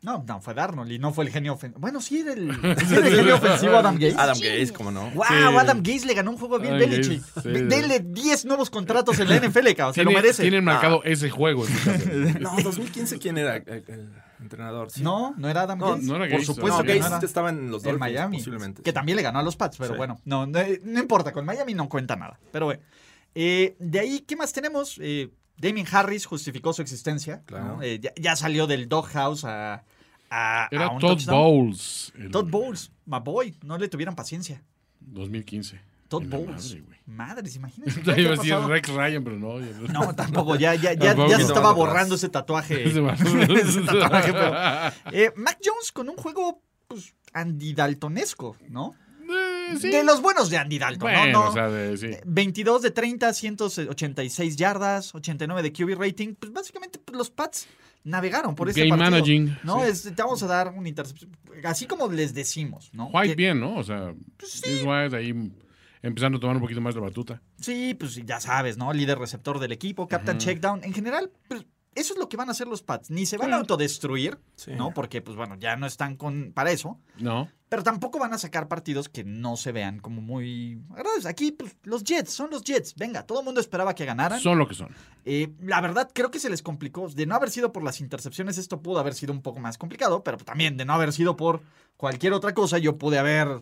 No, no, fue Darnold y no fue el genio ofensivo. Bueno, sí era
(laughs)
el, sí era el
(laughs)
genio ofensivo Adam Gates.
Adam Gates, como no.
¡Wow! Adam Gates le ganó un juego a Bill
Adam
Belichick.
Gates, sí.
Ve- Denle 10 nuevos contratos
(laughs)
en la NFL, cabrón. Se lo
Tiene-
merece. Ah.
Tienen marcado ese juego. en
(laughs)
(laughs)
su casa.
No, 2015, ¿quién era el, el entrenador? Sí.
Ah. No, no era Adam
No,
Gates.
no era
Por
Gates.
supuesto
no,
que no
Gates
era.
estaba en los
en
Dolphins,
Miami.
posiblemente.
Que también le ganó a los Pats, pero
Sí.
bueno, no, no, no importa, con Miami no cuenta nada. Pero bueno, Eh, de ahí, ¿qué más tenemos? Eh, Damien Harris justificó su existencia.
Claro.
¿no? Eh, ya, ya salió del doghouse a, a- a
Era
Ah, un
Todd
touchdown.
Bowles. el
Todd Bowles, my boy, no le tuvieran paciencia.
2015.
Todd
En la
Bowles.
madre, güey. (laughs)
Madres, imagínense. (laughs)
Yo
qué
iba a
había
decir
pasado.
Rex Ryan, pero no. yo- (laughs)
No, eh, tampoco, ya, ya, ya,
Tampoco.
ya se estaba
Atrás.
borrando ese
(laughs)
tatuaje. (laughs)
Se va.
ese tatuaje, pero- Eh, Mac Jones con un juego, pues, Andy Daltonesco, ¿no?
Eh, (laughs) sí.
De los buenos de Andy Dalton,
Bueno,
¿no? No.
o sea, de- sí.
Eh, 22 de 30, 186 yardas, 89 de QB rating. Pues básicamente pues, los Pats navegaron por ese
Game
partido.
managing,
No,
sí.
Es- te vamos a dar un intercepción. Así como les decimos, ¿no?
White
Que- Pues
bien, ¿no? O sea, Chris White ahí empezando a tomar un poquito más la batuta.
Sí, pues ya sabes, ¿no? Líder receptor del equipo, captain checkdown. En general, pues, eso es lo que van a hacer los Pats. Ni se van a autodestruir,
Sí.
¿no? Porque, pues bueno, ya no están con para eso.
No.
Pero tampoco van a sacar partidos que no se vean como muy... agradables. Aquí, pues, los Jets, son los Jets. Venga, todo el mundo esperaba que ganaran.
Son lo que son.
Eh, la verdad, creo que se les complicó. De no haber sido por las intercepciones, esto pudo haber sido un poco más complicado. Pero también, de no haber sido por cualquier otra cosa, yo pude haber...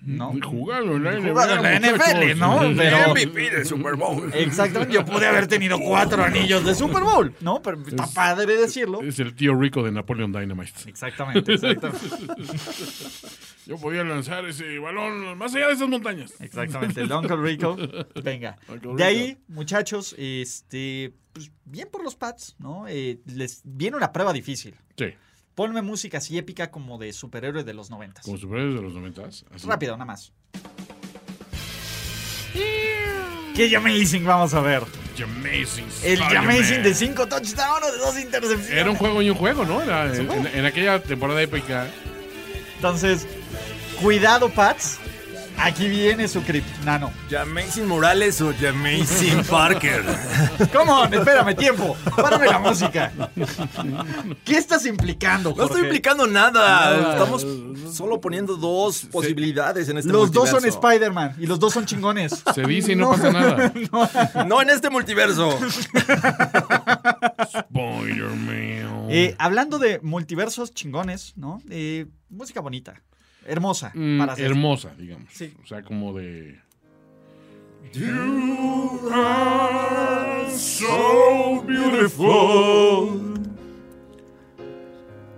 ¿no?
Jugado en la NFL.
Jugado en la NFL, ¿no?
muchachos.
Pero-
MVP de Super Bowl.
Exactamente, yo pude haber tenido cuatro anillos de Super Bowl, ¿no? Pero está padre decirlo.
Es el tío rico de Napoleon Dynamite.
Exactamente, exactamente.
Yo podía lanzar ese balón más allá de esas montañas.
Exactamente, el Uncle Rico. Venga.
Uncle
De ahí, muchachos, este, pues bien por los Pats, ¿no? Eh, les viene una prueba difícil.
Sí,
Ponme música así épica como de superhéroe de los noventas.
como superhéroes de los noventas. así.
Rápido, nada más. ¿Qué amazing vamos a ver?
Amazing
El
Spider-Man.
amazing de cinco touchdowns o de dos intercepciones.
Era un juego y un juego, ¿no? Era en, en- en aquella temporada épica.
Entonces, cuidado, Pats. Aquí viene su crip. Nano.
¿Jamaisin Morales o
(laughs)
Jamaisin Parker?
Come on, espérame, tiempo. Párame la música. ¿Qué estás implicando,
No
Jorge?
estoy implicando
Ah,
nada. Estamos solo poniendo dos posibilidades en este
Los dos son
multiverso.
Spider-Man y los dos son chingones.
Se dice
(laughs)
y no, pasa nada.
No en este multiverso.
Spider-Man.
Eh, hablando de multiversos chingones, ¿no? Eh, música bonita. Hermosa.
Mm,
para hacer.
hermosa, digamos.
Sí.
O sea, como de.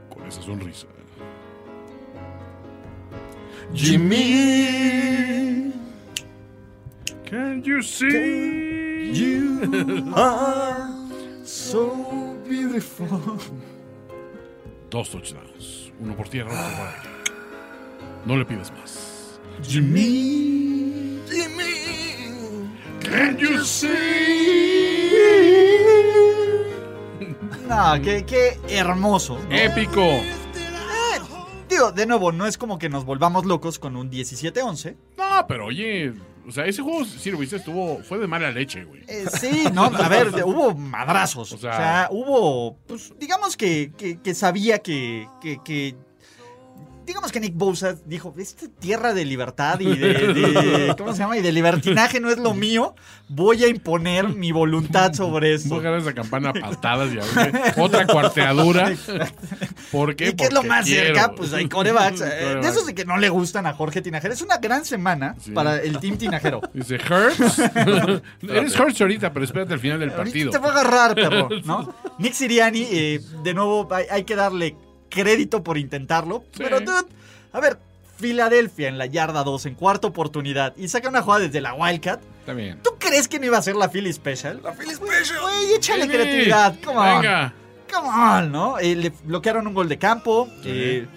Con esa sonrisa. Jimmy. Can you see? Dos touchdowns. Uno por tierra, otro por aire. No le pides más. Jimmy. Jimmy. Can you see?
No, qué, qué hermoso. ¿no?
Eh.
Épico.
Digo, de nuevo, no es como que nos volvamos locos con un 17-11.
No, pero oye. O sea, ese juego, si lo viste, estuvo. Fue de mala leche, güey.
(laughs) Eh, sí, no, a ver, de- hubo madrazos.
O
O
sea-
sea, hubo, pues, digamos que, que, que sabía que, que, que- Digamos que Nick Bosa dijo, esta tierra de libertad y de,
(laughs)
de- ¿Cómo se llama? Y de libertinaje no es lo mío. Voy a imponer mi voluntad sobre
Voy a
esto.
agarrar esa campana a patadas y a ver, Otra cuarteadura. ¿Por qué?
¿Y qué es lo
Porque
más
quiero.
cerca? Pues hay
(laughs)
corebacks. Eh,
Corebacks.
de esos de que no le gustan a Jorge Tinajero. Es una gran semana
Sí.
para el team
(laughs)
Tinajero.
Dice Hurts.
(laughs)
Eres Hurts ahorita, pero espérate al final del partido.
Ahorita te va a agarrar,
(laughs)
perro, ¿no? Nick Siriani, eh, de nuevo, hay, hay que darle crédito por intentarlo. Pero, dude, a ver, Filadelfia en la yarda 2, en cuarta oportunidad, y saca una jugada desde la Wildcat.
Está bien.
¿Tú crees que no iba a ser la Philly Special?
La Philly Special.
Güey, échale
Jimmy,
creatividad, come on.
Venga.
Come on, ¿no? Eh, le bloquearon un gol de campo. eh,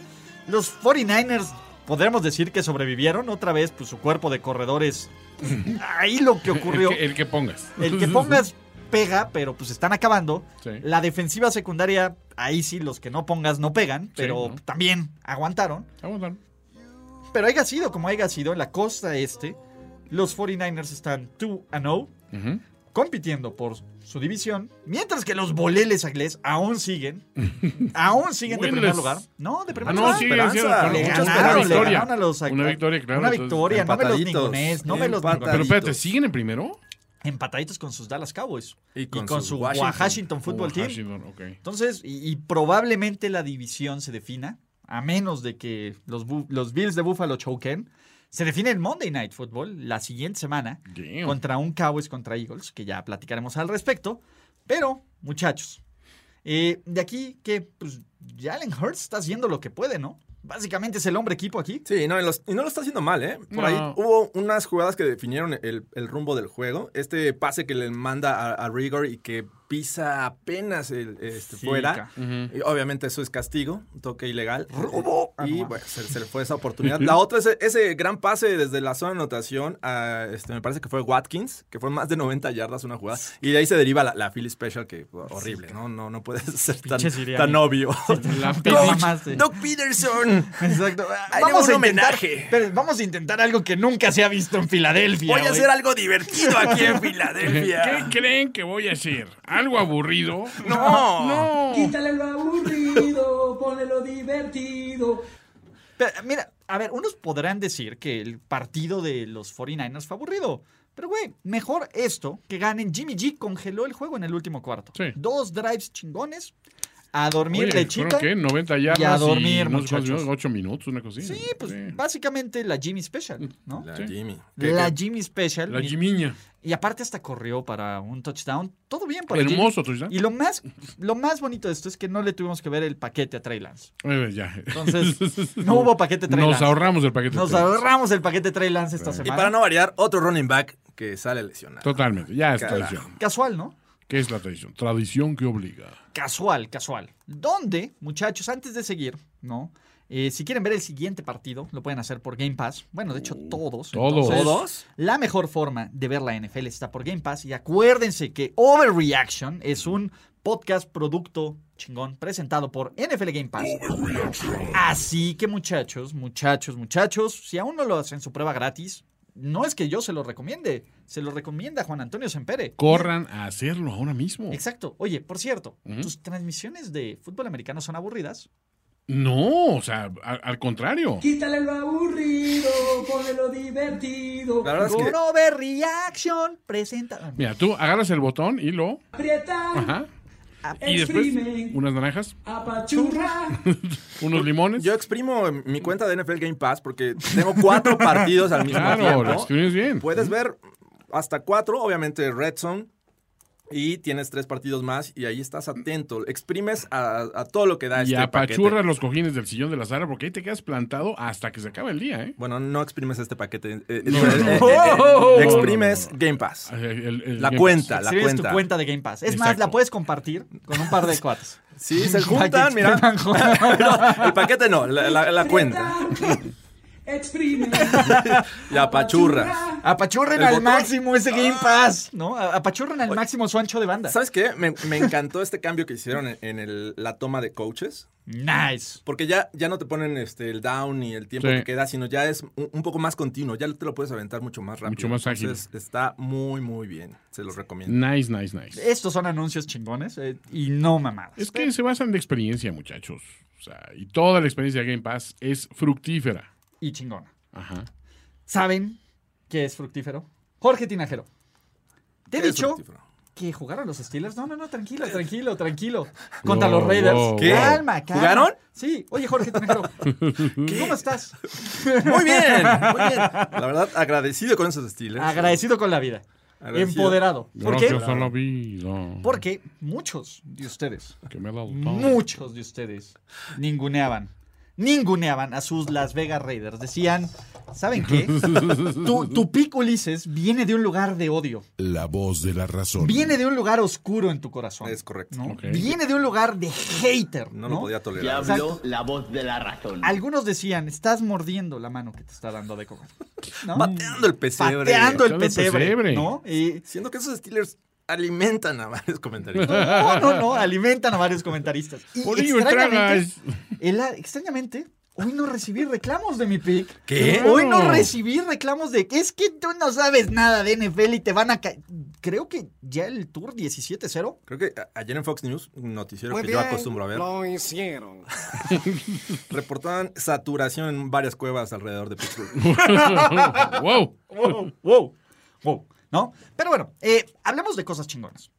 los 49ers, podríamos decir que sobrevivieron. Otra vez, pues su cuerpo de corredores. (clears throat) Ahí lo que
(laughs)
ocurrió. Eh,
El que, el que pongas.
El que pongas pega, pero pues están acabando.
Sí.
La defensiva secundaria, ahí sí, los que no pongas no pegan, pero
¿no?
también aguantaron.
Aguantaron.
Pero haya sido como haya sido, en la costa este, los 49ers están 2 0,
Ujú.
compitiendo por su división, mientras que los boleles inglés aún
(laughs)
siguen, aún siguen de
Winless.
primer lugar. No, de
Ah,
primer
no,
lugar.
sí,
esperanza.
sí, con
Le
mucha
ganaron, le
victoria.
ganaron a los
Una victoria, claro.
Una
entonces- eh,
victoria, no me los
empataditos,
ningunés, no me los
empataditos.
pero
ningunés.
espérate, ¿siguen en primero?
Empataditos con sus Dallas Cowboys
Y
y con,
con su
su
Washington-
Washington, Football
Oh,
Team.
Washington, ok.
Entonces, y, y probablemente la división se defina, a menos de que los, Bu- los Bills de Buffalo choquen. Se define el Monday Night Football la siguiente semana
Damn.
contra un Cowboys contra Eagles, que ya platicaremos al respecto. Pero, muchachos, eh, de aquí que pues, Jalen Hurts está haciendo lo que puede, ¿no? Básicamente es el hombre equipo aquí.
Sí, no, en los- y no lo está haciendo mal, ¿eh? Por
No.
ahí hubo unas jugadas que definieron el, el rumbo del juego. Este pase que le manda a, a Rigor y que pisa apenas el, este,
Sí,
fuera.
ca-
Y obviamente eso es castigo, un toque ilegal.
Ah,
Y
no.
bueno, se, se le fue esa oportunidad. La otra es ese gran pase desde la zona de anotación a, este, me parece que fue Watkins, que fue más de 90 yardas una jugada. Y de ahí se deriva la, la Philly Special, que horrible, ¿no? No, no puede (laughs) ser tan,
Pinche siriano.
tan obvio.
La
Te
Doc-
mamaste.
Doc Peterson.
Exacto.
Ahí
Vamos
le
a
va un
intentar,
homenaje.
pero vamos a intentar algo que nunca se ha visto en Filadelfia.
Voy a
güey.
hacer algo divertido aquí en Filadelfia.
¿Qué creen que voy a hacer? ¿Algo aburrido?
No.
No.
Quítale lo aburrido, ponle lo divertido.
Pero, mira, a ver, unos podrán decir que el partido de los 49ers fue aburrido. Pero, güey, mejor esto que ganen. Jimmy G congeló el juego en el último cuarto.
Sí.
Dos drives chingones. A dormir
Oye,
lechita.
¿fueron qué? 90 yardas
Y a dormir,
unos cuantos
muchachos.
minutos, ocho minutos, una cosita.
Sí, pues básicamente la Jimmy Special, ¿no?
La
Sí.
Jimmy. ¿Qué-
La
qué-
Jimmy Special.
La
y-
Jimiña.
Y aparte hasta corrió para un touchdown. Todo bien para Jimmy.
Hermoso, ¿eh? tú
Y lo más, lo más bonito de esto es que no le tuvimos que ver el paquete a Trey Lance.
Eh, ya. (laughs)
Entonces, no hubo paquete Trey
Nos
Lance.
ahorramos el paquete.
Nos
de tres.
ahorramos el paquete Trey Lance esta
Y
semana.
para no variar, otro running back que sale lesionado.
Totalmente, ya es
Carajo.
tradición.
Casual, ¿no?
¿Qué es la tradición? Tradición que obliga.
Casual, casual. Donde, muchachos, antes de seguir, ¿no? Eh, si quieren ver el siguiente partido, lo pueden hacer por Game Pass. Bueno, de hecho, todos.
todos.
¿Todos?
La mejor forma de ver la NFL está por Game Pass. Y acuérdense que Overreaction es un podcast producto chingón presentado por NFL Game Pass. Así que, muchachos, muchachos, muchachos, si aún no lo hacen su prueba gratis, no es que yo se lo recomiende. Se lo recomienda Juan Antonio Sempere.
Corran a hacerlo ahora mismo.
Exacto. Oye, por cierto, ¿tus transmisiones de fútbol americano son aburridas?
No, o sea, al, al contrario.
Quítale lo aburrido, ponle lo divertido.
La verdad es que
Con Overreaction presenta...
Mira, tú agarras el botón y lo.
Aprieta,
Ajá.
Ah,
Y después,
exprime,
unas naranjas,
apachurra.
unos limones.
yo exprimo mi cuenta de NFL Game Pass porque tengo cuatro (laughs) partidos al mismo
Claro,
tiempo.
lo escribes bien.
Puedes ver hasta cuatro, obviamente Red Zone. Y tienes tres partidos más y ahí estás atento. Exprimes a, a todo lo que da
y
este
apachurras
paquete.
los cojines del sillón de la sala porque ahí te quedas plantado hasta que se acabe el día, ¿eh?
Bueno, no exprimes este paquete. eh, eh,
No, no, no.
eh, eh, eh,
No, no, no,
exprimes
no.
Game Pass.
El- Eh, el- el
La
Game
cuenta,
Pass.
la
Escribes
cuenta.
tu cuenta de Game Pass. Es más,
Exacto.
la puedes compartir con un par de
(laughs)
cuates.
Sí, se
Para
juntan,
que
(laughs)
mira.
expriman juntos.
(laughs) No, el paquete no, la, la- la cuenta.
Aprieta, Exprime.
La pachurra.
Apachurren
El
al
botón. Ah.
máximo ese Game Pass, ¿no? A- Apachurren al máximo su ancho de banda.
¿Sabes qué? Me, me encantó este cambio que hicieron en, en el- la toma de coaches.
Nice.
Porque ya, ya no te ponen este, el down y el tiempo
Sí.
que queda, sino ya es un, un poco más continuo. Ya te lo puedes aventar mucho más rápido.
Mucho más ágil.
Entonces, está muy, muy bien. Se los recomiendo.
Nice, nice,
Eh,
nice.
Estos son anuncios chingones eh, y no mamadas.
Es que se basan de experiencia, muchachos. O sea, y toda la experiencia de Game Pass es fructífera.
Y chingona.
Ajá.
¿Saben qué es fructífero? Jorge Tinajero. Te he
¿Qué es
dicho
fructífero?
que jugaron los Steelers. No, no, no,
(laughs)
tranquilo, tranquilo, tranquilo. Contra
Wow,
los Raiders.
wow,
¿Qué?
Calma, calma.
¿Jugaron?
Sí. Oye, Jorge Tinajero. ¿Cómo
(laughs)
estás?
Muy bien, muy bien. La verdad, agradecido con esos Steelers.
Agradecido con la vida.
Agradecido.
Empoderado. ¿Por qué?
Gracias a la vida.
Porque muchos de ustedes,
Que me la dotaron.
muchos de ustedes, ninguneaban. Ninguneaban a sus Las Vegas Raiders. Decían, ¿saben qué? Tu, tu pico Ulises viene de un lugar de odio.
La voz de la razón.
Viene de un lugar oscuro en tu corazón.
Es correcto.
¿no?
Ok.
Viene de un lugar de hater.
No
No,
lo podía tolerar.
Exacto.
la voz de la razón.
Algunos decían, estás mordiendo la mano que te está dando de comer. (laughs) ¿no?
Pateando el pesebre.
Pateando el
Pateando el
pesebre.
pesebre.
¿no? Y-
(laughs) Siendo que esos Steelers alimentan a
(laughs)
varios comentarios.
no, no, no, alimentan a varios comentaristas. Y
Por ello
extrañamente,
tragas.
el- extrañamente, hoy no recibí reclamos de mi pick.
¿Qué?
Hoy no recibí reclamos de es que tú no sabes nada de NFL y te van a ca- Creo que ya el Tour 17-0.
Creo que a- ayer en Fox News, un noticiero que yo acostumbro a ver,
hicieron.
reportaban saturación en varias cuevas alrededor de
(laughs)
Pittsburgh. (laughs)
wow.
Wow, wow, wow, ¿no? Pero bueno, eh, hablemos de cosas chingonas.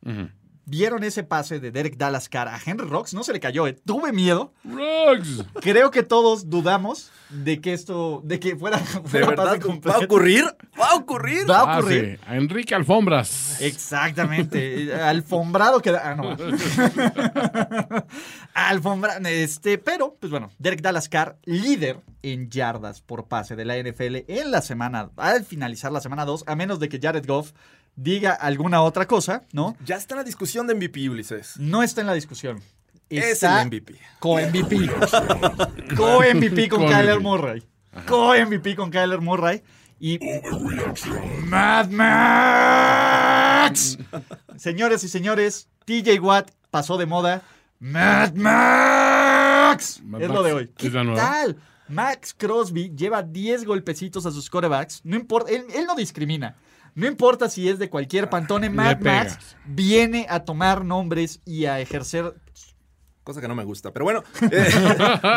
¿Vieron ese pase de Derek Dallas cara a Henry Rocks? No se le cayó, eh. Tuve miedo.
Rugs.
Creo que todos dudamos de que esto, de que fuera,
¿De
fuera (laughs) pase
verdad va
completo.
a ocurrir? va a ocurrir.
Va a
Ah,
ocurrir.
sí. A Enrique Alfombras.
Exactamente. eh, Alfombrado queda. Ah,
(laughs)
no. Alfombra. Este, pero, pues bueno, Derek Dalascar, líder en yardas por pase de la NFL en la semana, al finalizar la semana 2, a menos de que Jared Goff diga alguna otra cosa, ¿no?
Ya está en la discusión de MVP, Ulises.
No está en la discusión.
Es
Está
el MVP.
Co-MVP. Co-MVP (laughs) con
Con
Kyler
MVP.
Murray. Co-MVP con Kyler Murray. Y.
Oh,
Mad Max. Señores y señores, TJ Watt pasó de moda. Mad Max.
Mad
es lo
Max.
de hoy. ¿Qué
Es la nueva.
tal? Max Crosby lleva 10 golpecitos a sus corebacks. No importa, él, él no discrimina. No importa si es de cualquier
Ah,
pantone, Mad Max
pegas.
viene a tomar nombres y a ejercer
Cosa que no me gusta. Pero bueno,
(laughs)
eh,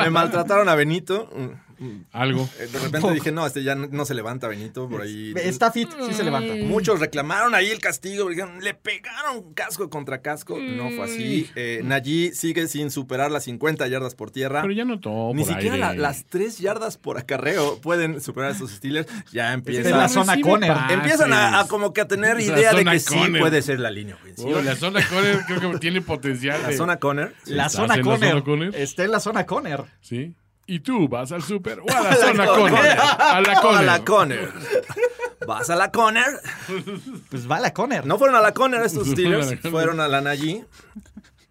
me maltrataron a Benito. Mm, mm.
Algo.
Eh, De repente dije, no, este ya no- no se levanta Benito por ahí.
Está fit, sí se levanta.
Muchos reclamaron ahí el castigo, porque dijeron, le pegaron casco contra casco. No fue
Mm.
así. Eh, Nayí sigue sin superar las 50 yardas por tierra.
Pero ya notó
Ni
por
siquiera
aire.
la- las 3 yardas por acarreo pueden superar a sus Steelers. Ya
Es la
empiezan,
zona
Recibe
Conner.
pases.
empiezan a, a como que a tener
La
idea de
zona
que sí
Conner.
puede ser la línea ofensiva.
Oh, la zona Conner creo que tiene potencial.
la
de-
zona Conner.
La
¿Estás
zona
en la
Conner.
zona Conner?
Está en la zona Conner.
Sí. Y tú vas al súper
(laughs)
o a la zona
Conner.
Conner. A
(laughs)
la
A
Conner.
la Conner. Vas a la Conner.
Pues va la Conner.
No fueron a la Conner estos
No
Steelers,
fueron a la Conner.
fueron a la Najee,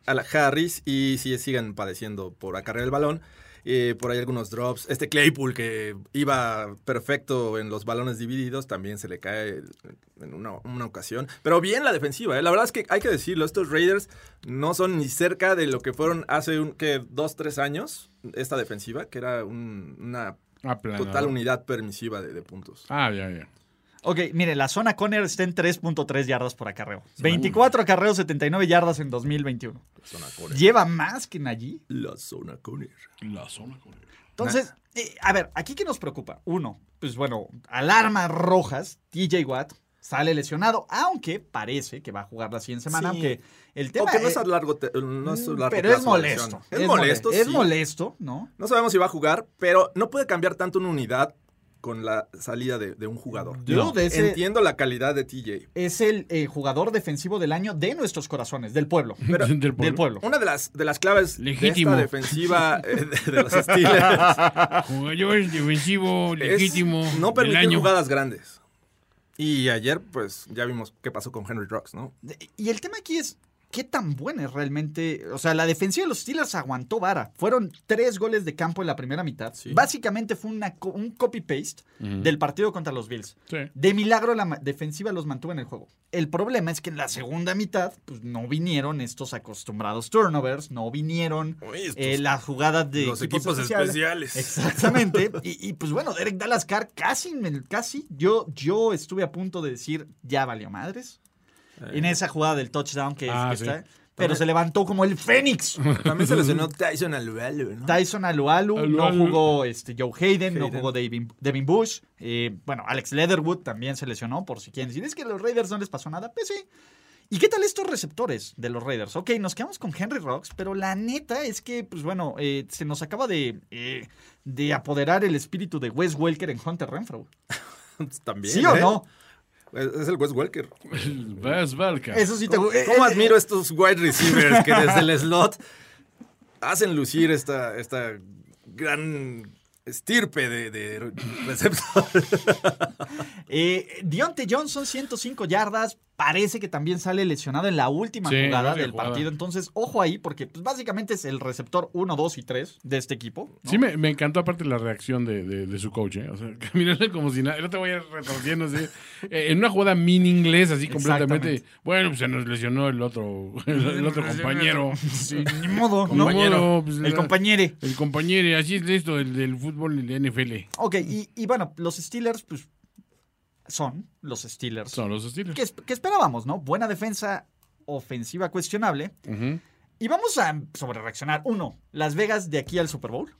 a la Harris y sí siguen padeciendo por acarrear el balón. Eh, por ahí algunos drops. Este Claypool que iba perfecto en los balones divididos también se le cae en una, una ocasión. Pero bien la defensiva. eh. La verdad es que hay que decirlo, estos Raiders no son ni cerca de lo que fueron hace un, que dos, tres años esta defensiva, que era un- una
Aplanador.
total unidad permisiva de, de puntos.
Ah, ya, ya.
Ok, mire, la zona Conner está en 3.3 yardas por acarreo. 24 acarreos, 79 yardas en 2021.
Zona Conner.
Lleva más que allí.
La zona Conner.
La zona Conner.
Entonces, eh, a ver, aquí que nos preocupa. Uno, pues bueno, alarmas rojas, TJ Watt sale lesionado, aunque parece que va a jugar la siguiente semana,
Sí.
aunque el tema
Porque no es
eh,
a largo, te- no es a largo
pero
plazo
es
la
molesto.
lesión. Es, molesto.
mole- Es
sí.
molesto, ¿no?
No sabemos si va a jugar, pero no puede cambiar tanto una unidad con la salida de, de un jugador.
Yo No. de ese-
Entiendo la calidad de TJ.
es el eh, jugador defensivo del año de nuestros corazones, del pueblo.
(laughs) Del pueblo.
Del pueblo.
Una de las, de las claves
Legítimo.
de esta
(laughs)
defensiva eh, de, de los Steelers
Jugador defensivo legítimo.
es no
del
permitir
año.
jugadas grandes. Y ayer, pues, ya vimos qué pasó con Henry Rocks,
(laughs)
¿no?
Y el tema aquí es, ¿qué tan buena es realmente? O sea, la defensiva de los Steelers aguantó vara. Fueron tres goles de campo en la primera mitad. Básicamente fue una co- un copy-paste del partido contra los Bills.
Sí. (laughs)
De milagro la ma- defensiva los mantuvo en el juego. El problema es que en la segunda mitad pues, no vinieron estos acostumbrados turnovers, no vinieron
Oye, estos-
eh, las jugadas de
los equipos especiales. (laughs)
Exactamente. y, y, pues bueno, Derek Dalascar casi, me- casi, yo, yo estuve a punto de decir, ya valió madres.
Eh.
En esa jugada del touchdown que,
Ah,
que
sí.
está. Pero se levantó como el Fénix.
También se lesionó Tyson Alualu, ¿no?
Tyson Alualu,
Alualu.
no jugó este, Joe Hayden, no jugó Devin, Devin Bush. eh, bueno, Alex Leatherwood también se lesionó, por si quieren decir. Es que a los Raiders no les pasó nada. Pues sí. ¿Y qué tal estos receptores de los Raiders? Ok, nos quedamos con Henry Rocks, pero la neta es que, pues bueno, eh, se nos acaba de, eh, de apoderar el espíritu de Wes Welker en Hunter Renfro.
También.
¿Sí o
¿eh?
no?
Es es el Wes Welker.
Vas, Valka.
Eso sí te gu- eh,
¿Cómo
eh,
admiro estos wide receivers que desde el slot hacen lucir esta, esta gran estirpe de, de receptores?
Eh, Dionte Johnson, 105 yardas. Parece que también sale lesionado en la última
Sí,
jugada
última
del
jugada.
partido. Entonces, ojo ahí, porque pues, básicamente es el receptor 1, 2 y 3 de este equipo. ¿no?
Sí, me, me encantó aparte la reacción de, de- de su coach, ¿eh? O sea, (laughs) caminarle como si nada. No te voy a ir retorciendo así. Eh, en una jugada mini inglés, así completamente. Bueno, pues se nos lesionó el otro, (laughs) el, el otro compañero.
(laughs) Sí, ni modo,
Ni
¿no?
modo, pues,
El compañere.
El compañero, así es esto, el del fútbol y la NFL.
Ok, y, y bueno, los Steelers, pues son los Steelers.
Son los estilos.
Que, es- que esperábamos, ¿no? Buena defensa, ofensiva cuestionable. Y vamos a sobre reaccionar. Uno, Las Vegas de aquí al Super Bowl.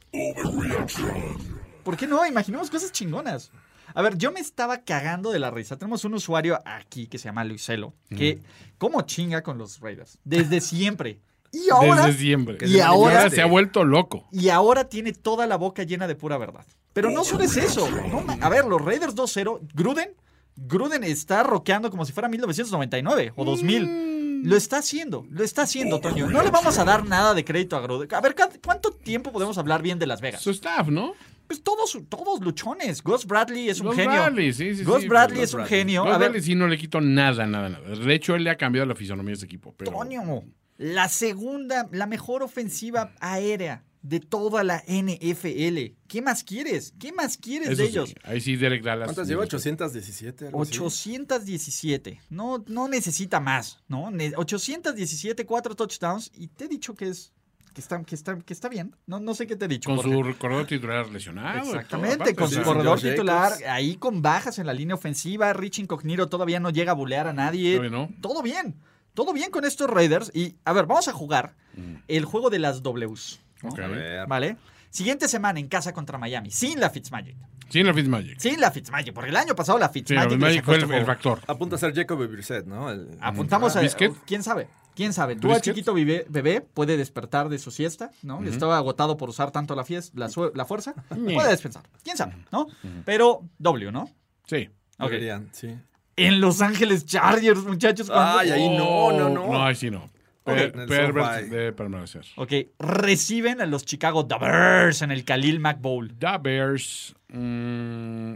¿Por qué no? Imaginemos cosas chingonas. A ver, yo me estaba cagando de la risa. Tenemos un usuario aquí que se llama Luiselo, que como chinga con los Raiders. Desde siempre. Y ahora,
Desde siempre.
Y ahora,
se ha vuelto loco.
y ahora tiene toda la boca llena de pura verdad. Pero no solo es eso. no ma- a ver, los Raiders 2-0, Gruden Gruden está rockeando como si fuera 1999 o 2000.
Mm.
Lo está haciendo, lo está haciendo, Toño. No le vamos a dar nada de crédito a Gruden. A ver, ¿cu- ¿cuánto tiempo podemos hablar bien de Las Vegas?
Su staff, ¿no?
Pues todos, todos luchones. Gus Bradley es un
Gus
genio.
Bradley, sí, sí,
Gus
sí,
Bradley
Gus
es un
Bradley.
genio.
Gus
a ver,
Bradley sí no le quito nada, nada, nada. De hecho, él le ha cambiado la fisonomía de ese equipo. Pero...
Toño, la segunda, la mejor ofensiva aérea de toda la NFL. ¿Qué más quieres? ¿Qué más quieres
Eso
de
sí,
ellos?
Ahí sí, Derek Dallas.
¿Cuántas lleva? 817. algo así.
817. No, no necesita más, ¿no? Ne- 817, cuatro touchdowns. Y te he dicho que es. Que está, que está, que está bien. No, no sé qué te he dicho.
Con
Jorge.
su corredor titular lesionado. y todo,
Exactamente,
aparte,
con
o
su
sea,
corredor
Josh
titular,
Jacobs.
ahí con bajas en la línea ofensiva, Rich Incognito todavía no llega a bulear a nadie.
Todavía no.
Todo bien, todo bien con estos Raiders. Y a ver, vamos a jugar
Mm.
el juego de las Ws. ¿no?
Ok.
A ver.
¿Vale? Siguiente semana en casa contra Miami, sin la Fitzmagic.
Sí, en la Fitzmagic.
Sin la Fitzmagic, porque el año pasado la
Sí, la
Fitzmagic. le
Fitzmagic
sacó
fue
este
el, el
juego.
factor.
Apunta a ser Jacob y Brissett, ¿no? El-
Ah,
Apuntamos a.
¿Brisket?
¿Quién sabe? ¿Quién sabe? Tú a
¿Brisket?
chiquito bebé, bebé puede despertar de su siesta, ¿no? Estaba agotado por usar tanto la, fies- la, su- la fuerza. Puede despertar. ¿Quién sabe? ¿No? Pero W, ¿no?
Sí.
Ok.
Deberían, sí.
En Los Ángeles Chargers, muchachos. cuando-
Ay, ahí no, no, no.
Oh, No, ahí sí no. Per-
En el
Pervert
SoFi.
de permanecer.
Ok, reciben a los Chicago The Bears en el Khalil Mack Bowl.
Da Bears. mm,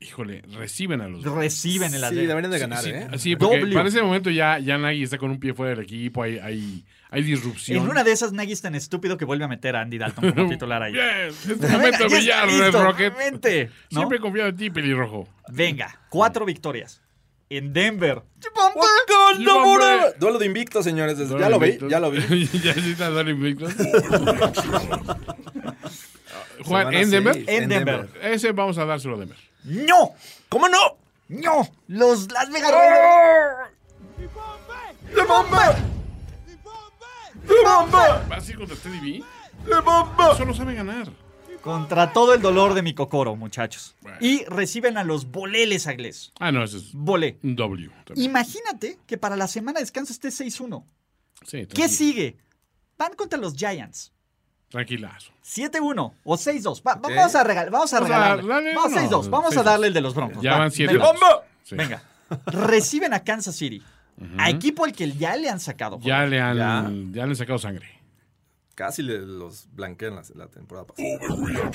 híjole, reciben a los
Reciben el
Sí,
Adler.
deberían de ganar,
Sí,
¿eh?
sí, porque
W.
para ese momento ya, ya Nagy está con un pie fuera del equipo, hay, hay, hay disrupción.
En una de esas, Nagy es tan estúpido que vuelve a meter a Andy Dalton
(laughs)
como titular ahí.
Bien, es tu
Venga,
este
ya
momento,
está
Villar, Red
listo,
Rocket.
vente, ¿no?
Siempre he confiado en ti, pelirrojo.
Venga, cuatro victorias. En Denver.
Hombre.
Duelo de invictos, señores. Ya lo vi, ya lo
(laughs)
vi.
ya sí está
(laughs)
Don Invictus. Juan,
Semana seis,
¿en Denver? eh,
En Denver.
Ese vamos a dárselo a Denver.
¡No!
¿Cómo no?
¡No! ¡Los Las Vegas Raiders! ¡De bomba! ¡De bomba!
¿Vas a ir contra Teddy B? Solo sabe ganar.
Contra todo el dolor de mi cocoro, muchachos. Y reciben a los boleles agles.
Ah, no, ese es
Bolé.
un W. también.
Imagínate que para la semana de descanso esté 6-1.
Sí,
¿Qué
tranquilo.
sigue? Van contra los Giants.
Tranquilazo.
7-1 o 6-2. Va- va- Vamos a regalar. Vamos a
O sea,
regalarle.
dale
vamos
uno.
6-2. Vamos a
6-2.
darle el de los Broncos.
Ya
Va,
van siete.
venga.
dos. Sí.
Venga. Reciben a Kansas City. A equipo al que ya le han sacado.
Ya le han, ya. le han sacado sangre.
Casi le- los blanquean la, la temporada pasada.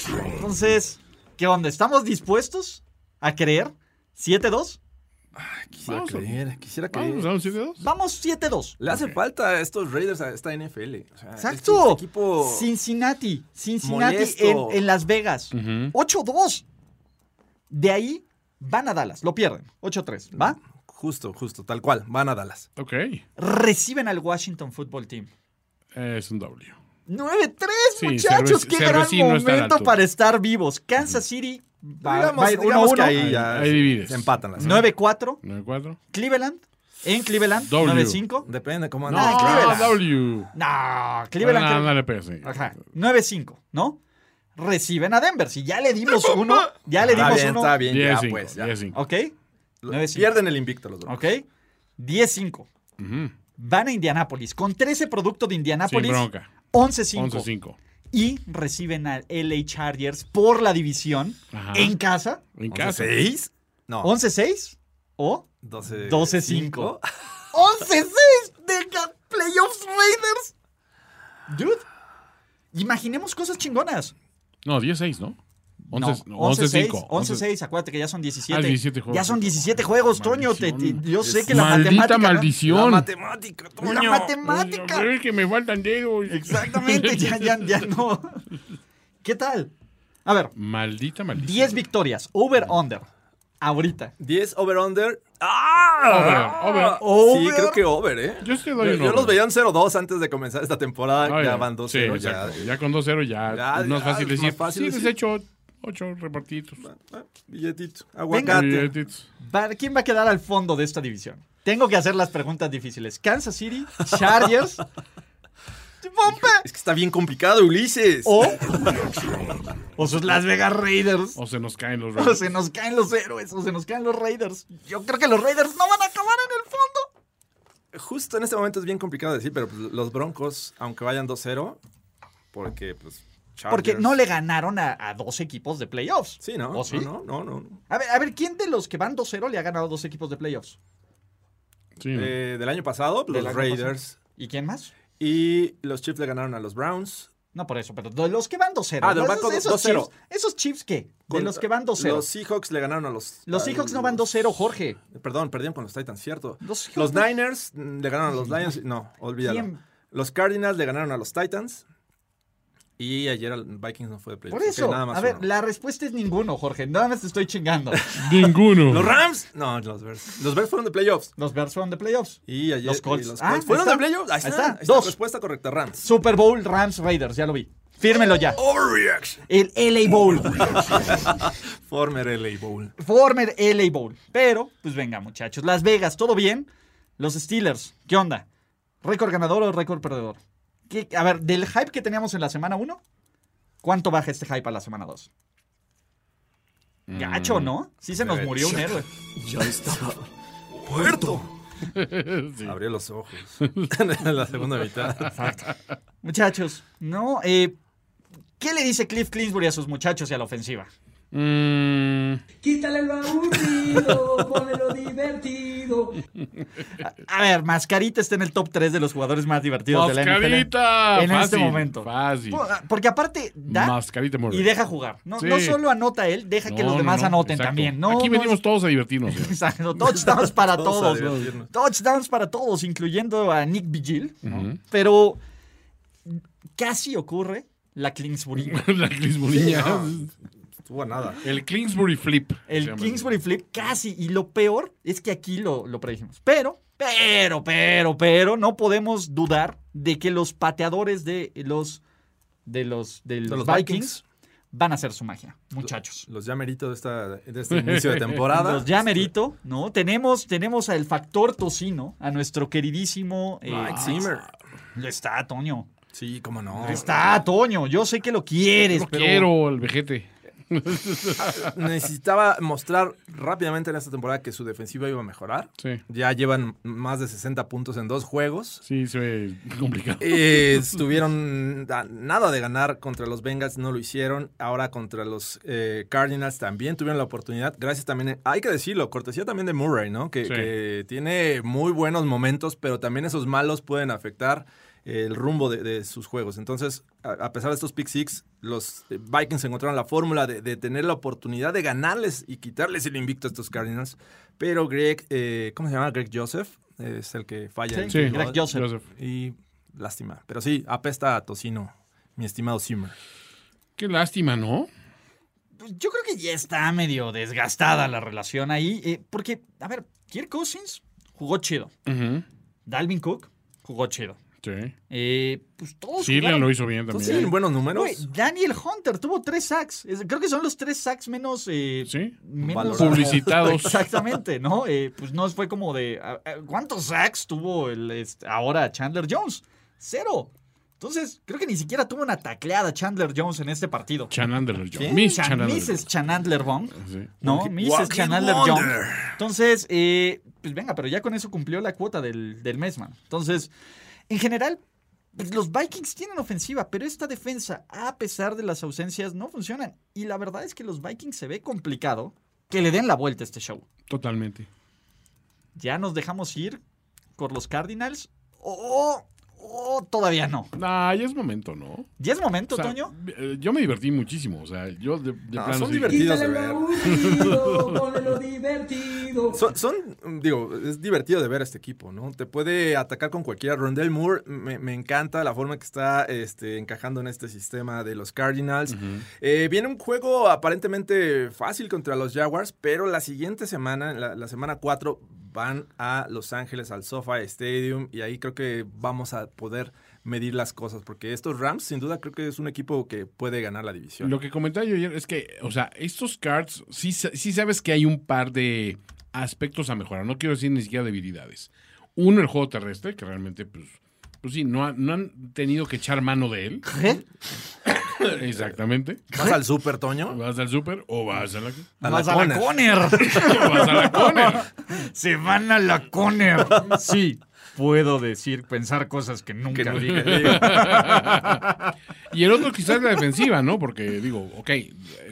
Entonces, ¿qué onda? ¿Estamos dispuestos a creer? ¿7-2?
Quisiera
Vamos a-
creer, quisiera
Vamos
creer.
a un 7-2.
Vamos 7-2.
Le hace falta a estos Raiders a esta NFL. O sea, este-
Exacto.
este equipo.
Cincinnati. Cincinnati en,
molesto.
en Las Vegas. 8-2. De ahí van a Dallas. Lo pierden. 8-3. ¿Va?
Justo, justo, tal cual. Van a Dallas.
Ok.
Reciben al Washington Football Team.
Es un W.
9-3,
Sí,
muchachos.
Cerveci-
Qué gran
Cervecino está al
momento
alto.
para estar vivos. Kansas City va,
digamos
va a ir
digamos que
1-1.
ahí ya
Ahí
se-
divides.
se empatan las
9-4.
9-4.
Cleveland. En Cleveland.
W.
9-5.
Depende cómo
No,
andan.
Ah, Cleveland.
W.
No,
Bueno,
Cleveland.
no,
Cleveland.
no le pegues. sí.
Ajá. 9-5, ¿no? Reciben a Denver. Si ya le
(laughs)
dimos uno, ya le
Está
dimos
bien,
uno.
está bien, ya
10-5.
pues. ya.
10-5.
Ok. 9-5.
Pierden el invicto los dos.
Ok. 10-5. Van a Indianápolis con 13 productos de Indianápolis.
Sin bronca.
11-5.
11-5.
Y reciben al LA Chargers por la división
Ajá.
en casa.
En casa.
¿Seis? No.
11-6 o
12.
12-5.
5.
11-6 de ca- Playoffs Raiders. Dude, imaginemos cosas chingonas.
No, 10-6, ¿no?
No,
11 no,
11-6,
11-5.
11-6, acuérdate que ya son 17.
Ah, 17 juegos.
Ya son 17 juegos, Toño. te- te-
Maldición.
yo sé que la
Maldita
matemática. ¿no?
La
maldición.
matemática, Toño.
La matemática.
Es que me faltan dedos.
(laughs)
Exactamente, ya, ya, ya no. ¿Qué tal? A ver,
Maldita maldición.
10 victorias, over-under. Ahorita.
10 over-under. ¡Ah!
Over,
oh.
over.
Sí,
Over.
creo que over, ¿eh?
Yo sí te doy
Yo,
un
yo
over.
los veía en 0-2 antes de comenzar esta temporada.
Ay,
ya van 2-0.
sí,
ya.
eh.
exacto. Ya con 2-0 ya,
Ya,
es más
ya,
fácil
es más
decir.
fácil
sí,
decir.
les he hecho 8 repartitos.
Ah, Billetito. Aguacate.
Y, eh, tits.
Va- ¿Quién va a quedar al fondo de esta división? Tengo que hacer las preguntas difíciles. Kansas City,
(laughs)
Chargers. Bomba.
Es que está bien complicado, Ulises. (laughs)
O. O sus Las Vegas Raiders.
O se nos caen
(laughs)
los
O
Raiders.
se nos caen los héroes, o se nos caen los Raiders. Yo creo que los Raiders no van a acabar en el fondo.
Justo en este momento es bien complicado decir, pero pues, los Broncos, aunque vayan 2-0, porque pues Chargers.
Porque no le ganaron a, a dos equipos de playoffs.
Sí, ¿no?
¿O ¿Oh, sí?
No, no, no. no.
A ver, a ver, ¿quién de los que van 2-0 le ha ganado a dos equipos de playoffs?
Sí.
Eh, del año pasado,
Del
los
año
Raiders.
¿Y quién más?
Y los Chiefs le ganaron a los Browns.
No, por eso, pero de los que van 2-0.
Ah, de los
¿no?
Broncos,
esos
2-0.
Chiefs, ¿Esos Chiefs qué? De
Con-
los que van 2-0.
Los
Los,
Seahawks le ganaron a los. a
Seahawks no
los-
van 2-0, Jorge.
Perdón, perdieron con los Titans, cierto.
Los
Los,
Seahawks no-
Niners mm, le ganaron a
(laughs)
los Lions. No, olvídalo.
¿Quién?
Los Cardinals le ganaron a los Titans. Y ayer el Vikings no fue de playoffs.
Por
Ok,
eso,
nada más
a ver,
uno.
la respuesta es ninguno, Jorge. Nada más te estoy
(laughs)
chingando.
(laughs) Ninguno.
Los Rams. No, los Bears. Los Bears fueron de playoffs.
Los Bears fueron de playoffs.
Y ayer
Los Colts.
y
Ah, ahí
fueron
está.
de playoffs. Ahí,
Ahí
está.
está.
Ahí está.
Dos.
Respuesta correcta, Rams.
Super Bowl, Rams, Raiders, ya lo vi. Fírmelo ya.
Overreaction.
El LA Bowl.
Former LA Bowl.
Former LA Bowl. Pero, pues venga, muchachos. Las Vegas, ¿todo bien? Los Steelers, ¿qué onda? ¿Récord ganador o récord perdedor? ¿Qué- a ver, del hype que teníamos en la semana 1, ¿cuánto baja este hype a la semana 2? Gacho, ¿no? Sí se nos murió un héroe.
¡Muerto! Abrió los ojos. en la segunda mitad.
Muchachos, ¿no? Eh, ¿Qué le dice Cliff Clinsbury a sus muchachos y a la ofensiva?
Mm,
Quítale lo aburrido, ponle lo divertido.
A ver, Mascarita está en el top 3 de los jugadores más divertidos de la NFL.
mascarita.
En este
Fácil,
momento.
Fácil.
Por- Porque aparte da
Mascarita Murray.
y deja jugar. No,
Sí.
no solo anota él, deja que
No,
los
no,
demás
no,
anoten
exacto.
también. No,
Aquí
no
venimos
es-
todos a divertirnos. ¿eh?
(laughs)
güey.
Exacto, touchdowns para
Todos a
todos.
divertirnos.
touchdowns para todos, incluyendo a Nick Vigil. ¿no? Pero casi ocurre la
(laughs)
Kingsbury.
(laughs) La Kingsbury.
Estuvo a nada.
El Kingsbury Flip. se
El
llama.
Kingsbury Flip casi. Y lo peor es que aquí lo, lo predijimos. Pero, pero, pero, pero, no podemos dudar de que los pateadores de los, de los, de los
los
Vikings
Vikings.
van a hacer su magia, muchachos.
Los ya merito de, esta, de este inicio de temporada.
Los ya merito, ¿no? Tenemos, tenemos al factor tocino, a nuestro queridísimo. eh,
Mike Zimmer.
lo está, Toño.
Sí, cómo no.
Lo está, Toño. Yo sé que lo quieres,
No
pero.
quiero el vejete.
Necesitaba mostrar rápidamente en esta temporada que su defensiva iba a mejorar.
Sí.
Ya llevan más de 60 puntos en dos juegos.
Sí, se ve (laughs) complicado.
Eh, (laughs) estuvieron a nada de ganar contra los Bengals, no lo hicieron. Ahora contra los eh, Cardinals también tuvieron la oportunidad. Gracias también, eh, hay que decirlo, cortesía también de Murray, ¿no? Que,
Sí.
que tiene muy buenos momentos, pero también esos malos pueden afectar eh, el rumbo de, de sus juegos. Entonces, a, a pesar de estos pick six, los eh, Vikings encontraron la fórmula de, de tener la oportunidad de ganarles y quitarles el invicto a estos Cardinals. Pero Greg, eh, ¿cómo se llama? Greg Joseph eh, es el que falla.
Sí,
el
Sí.
field goal.
Greg Joseph.
Y lástima. Pero sí, apesta a tocino, mi estimado Zimmer.
Qué lástima, ¿no?
Pues yo creo que ya está medio desgastada la relación ahí. eh, porque, a ver, Kirk Cousins jugó chido.
Ujú.
Dalvin Cook jugó chido.
Sí.
Eh, pues todos.
Sirlen
jugaron-
lo hizo bien
Entonces,
también.
tienen buenos números.
Güey, Daniel Hunter tuvo tres sacks. Es- creo que son los tres sacks menos. eh,
Sí.
menos
Valorados.
Publicitados.
(laughs) Exactamente, ¿no? Eh, pues no fue como de. a- a- ¿Cuántos sacks tuvo el, este, ahora Chandler Jones? Cero. Entonces, creo que ni siquiera tuvo una tacleada Chandler Jones en este partido.
Chan Anderler Jones.
¿Quién?
Miss
Chan-
Chan Anderler
Mrs. Chandler Bong.
Sí.
¿No?
Walking-
Mrs.
walking
Chandler
wonder.
Jones. Entonces, eh, pues venga, pero ya con eso cumplió la cuota del, del mes, man. Entonces, en general, pues los Vikings tienen ofensiva, pero esta defensa, a pesar de las ausencias, no funcionan. Y la verdad es que los Vikings se ve complicado que le den la vuelta a este show.
Totalmente.
¿Ya nos dejamos ir por los Cardinals? ¿O, o- o todavía no?
Nah, ya es momento, ¿no?
¿Ya es momento,
O sea,
Toño?
eh, Yo me divertí muchísimo. O sea, yo de, de
No,
plano
son
sí.
divertidos.
Quítale
de
lo
ver.
aburrido, ponle lo divertido.
Son, son, mm, digo, es divertido de ver a este equipo, ¿no? Te puede atacar con cualquiera. Rondell Moore, me, me encanta la forma que está este, encajando en este sistema de los Cardinals. Eh, viene un juego aparentemente fácil contra los Jaguars, pero la siguiente semana, la, la semana 4, van a Los Ángeles al SoFi Stadium y ahí creo que vamos a poder medir las cosas, porque estos Rams, sin duda, creo que es un equipo que puede ganar la división.
Lo que comentaba yo ayer es que, o sea, estos cards, sí, sa- sí sabes que hay un par de aspectos a mejorar. No quiero decir ni siquiera debilidades. Uno, el juego terrestre, que realmente, pues, pues sí, no, ha- no han tenido que echar mano de él.
¿Eh?
Exactamente.
¿Vas al Super, Toño?
Vas al súper o vas a la,
A la
Vas a la
(laughs) Conner.
Conner.
o vas a la Conner.
Se van a la Conner. (laughs) Sí. puedo decir, pensar cosas que nunca
Que no- (laughs)
dije.
Y el otro quizás la defensiva, ¿no? Porque digo, ok,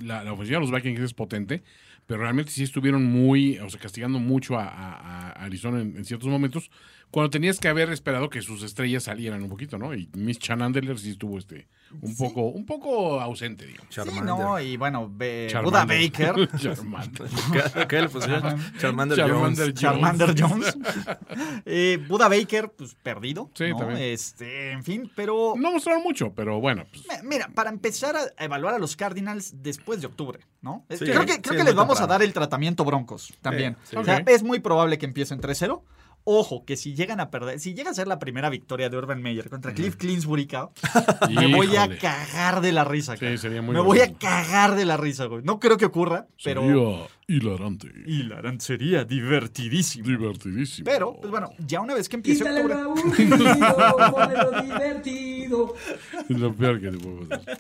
la, la ofensiva de los Vikings es potente, pero realmente sí estuvieron muy, o sea, castigando mucho a, a- a Arizona en, en ciertos momentos, cuando tenías que haber esperado que sus estrellas salieran un poquito, ¿no? Y Miss Chandler sí estuvo este un poco un poco ausente, digo.
Sí,
Charmander.
no, y bueno, ve- Eh, Buda
Charmander.
(laughs)
(laughs)
Baker,
Charmander.
(laughs) ¿Qué, qué le pusieron? Charmander,
Charmander
Jones.
Jones.
Charmander Jones. Eh, Buda Baker, pues perdido.
Sí,
¿no?
también.
Este, en fin, pero.
No mostraron mucho, pero bueno, pues,
Me- Mira, para empezar a a evaluar a los Cardinals después de octubre, ¿no? Es-
Sí,
creo que,
sí,
creo
es
que
muy
les vamos
temprano.
a dar el tratamiento broncos también.
Sí, sí.
O sea,
Ok.
es muy probable que empiecen 3-0. Ojo, que si llegan a perder, si llega a ser la primera victoria de Urban Meyer contra Cliff Clinsbury,
(laughs)
cao, me voy a
Híjole.
cagar de la risa.
Sí,
cao.
sería muy
me voy a
gracioso.
cagar de la risa, güey. No creo que ocurra, pero...
sería hilarante,
Hilarante, sería divertidísimo.
divertidísimo.
Pero, pues bueno, ya una vez que empiece
Quítale
octubre...
lo aburrido, ponelo divertido.
es (laughs) lo peor que te puedo hacer.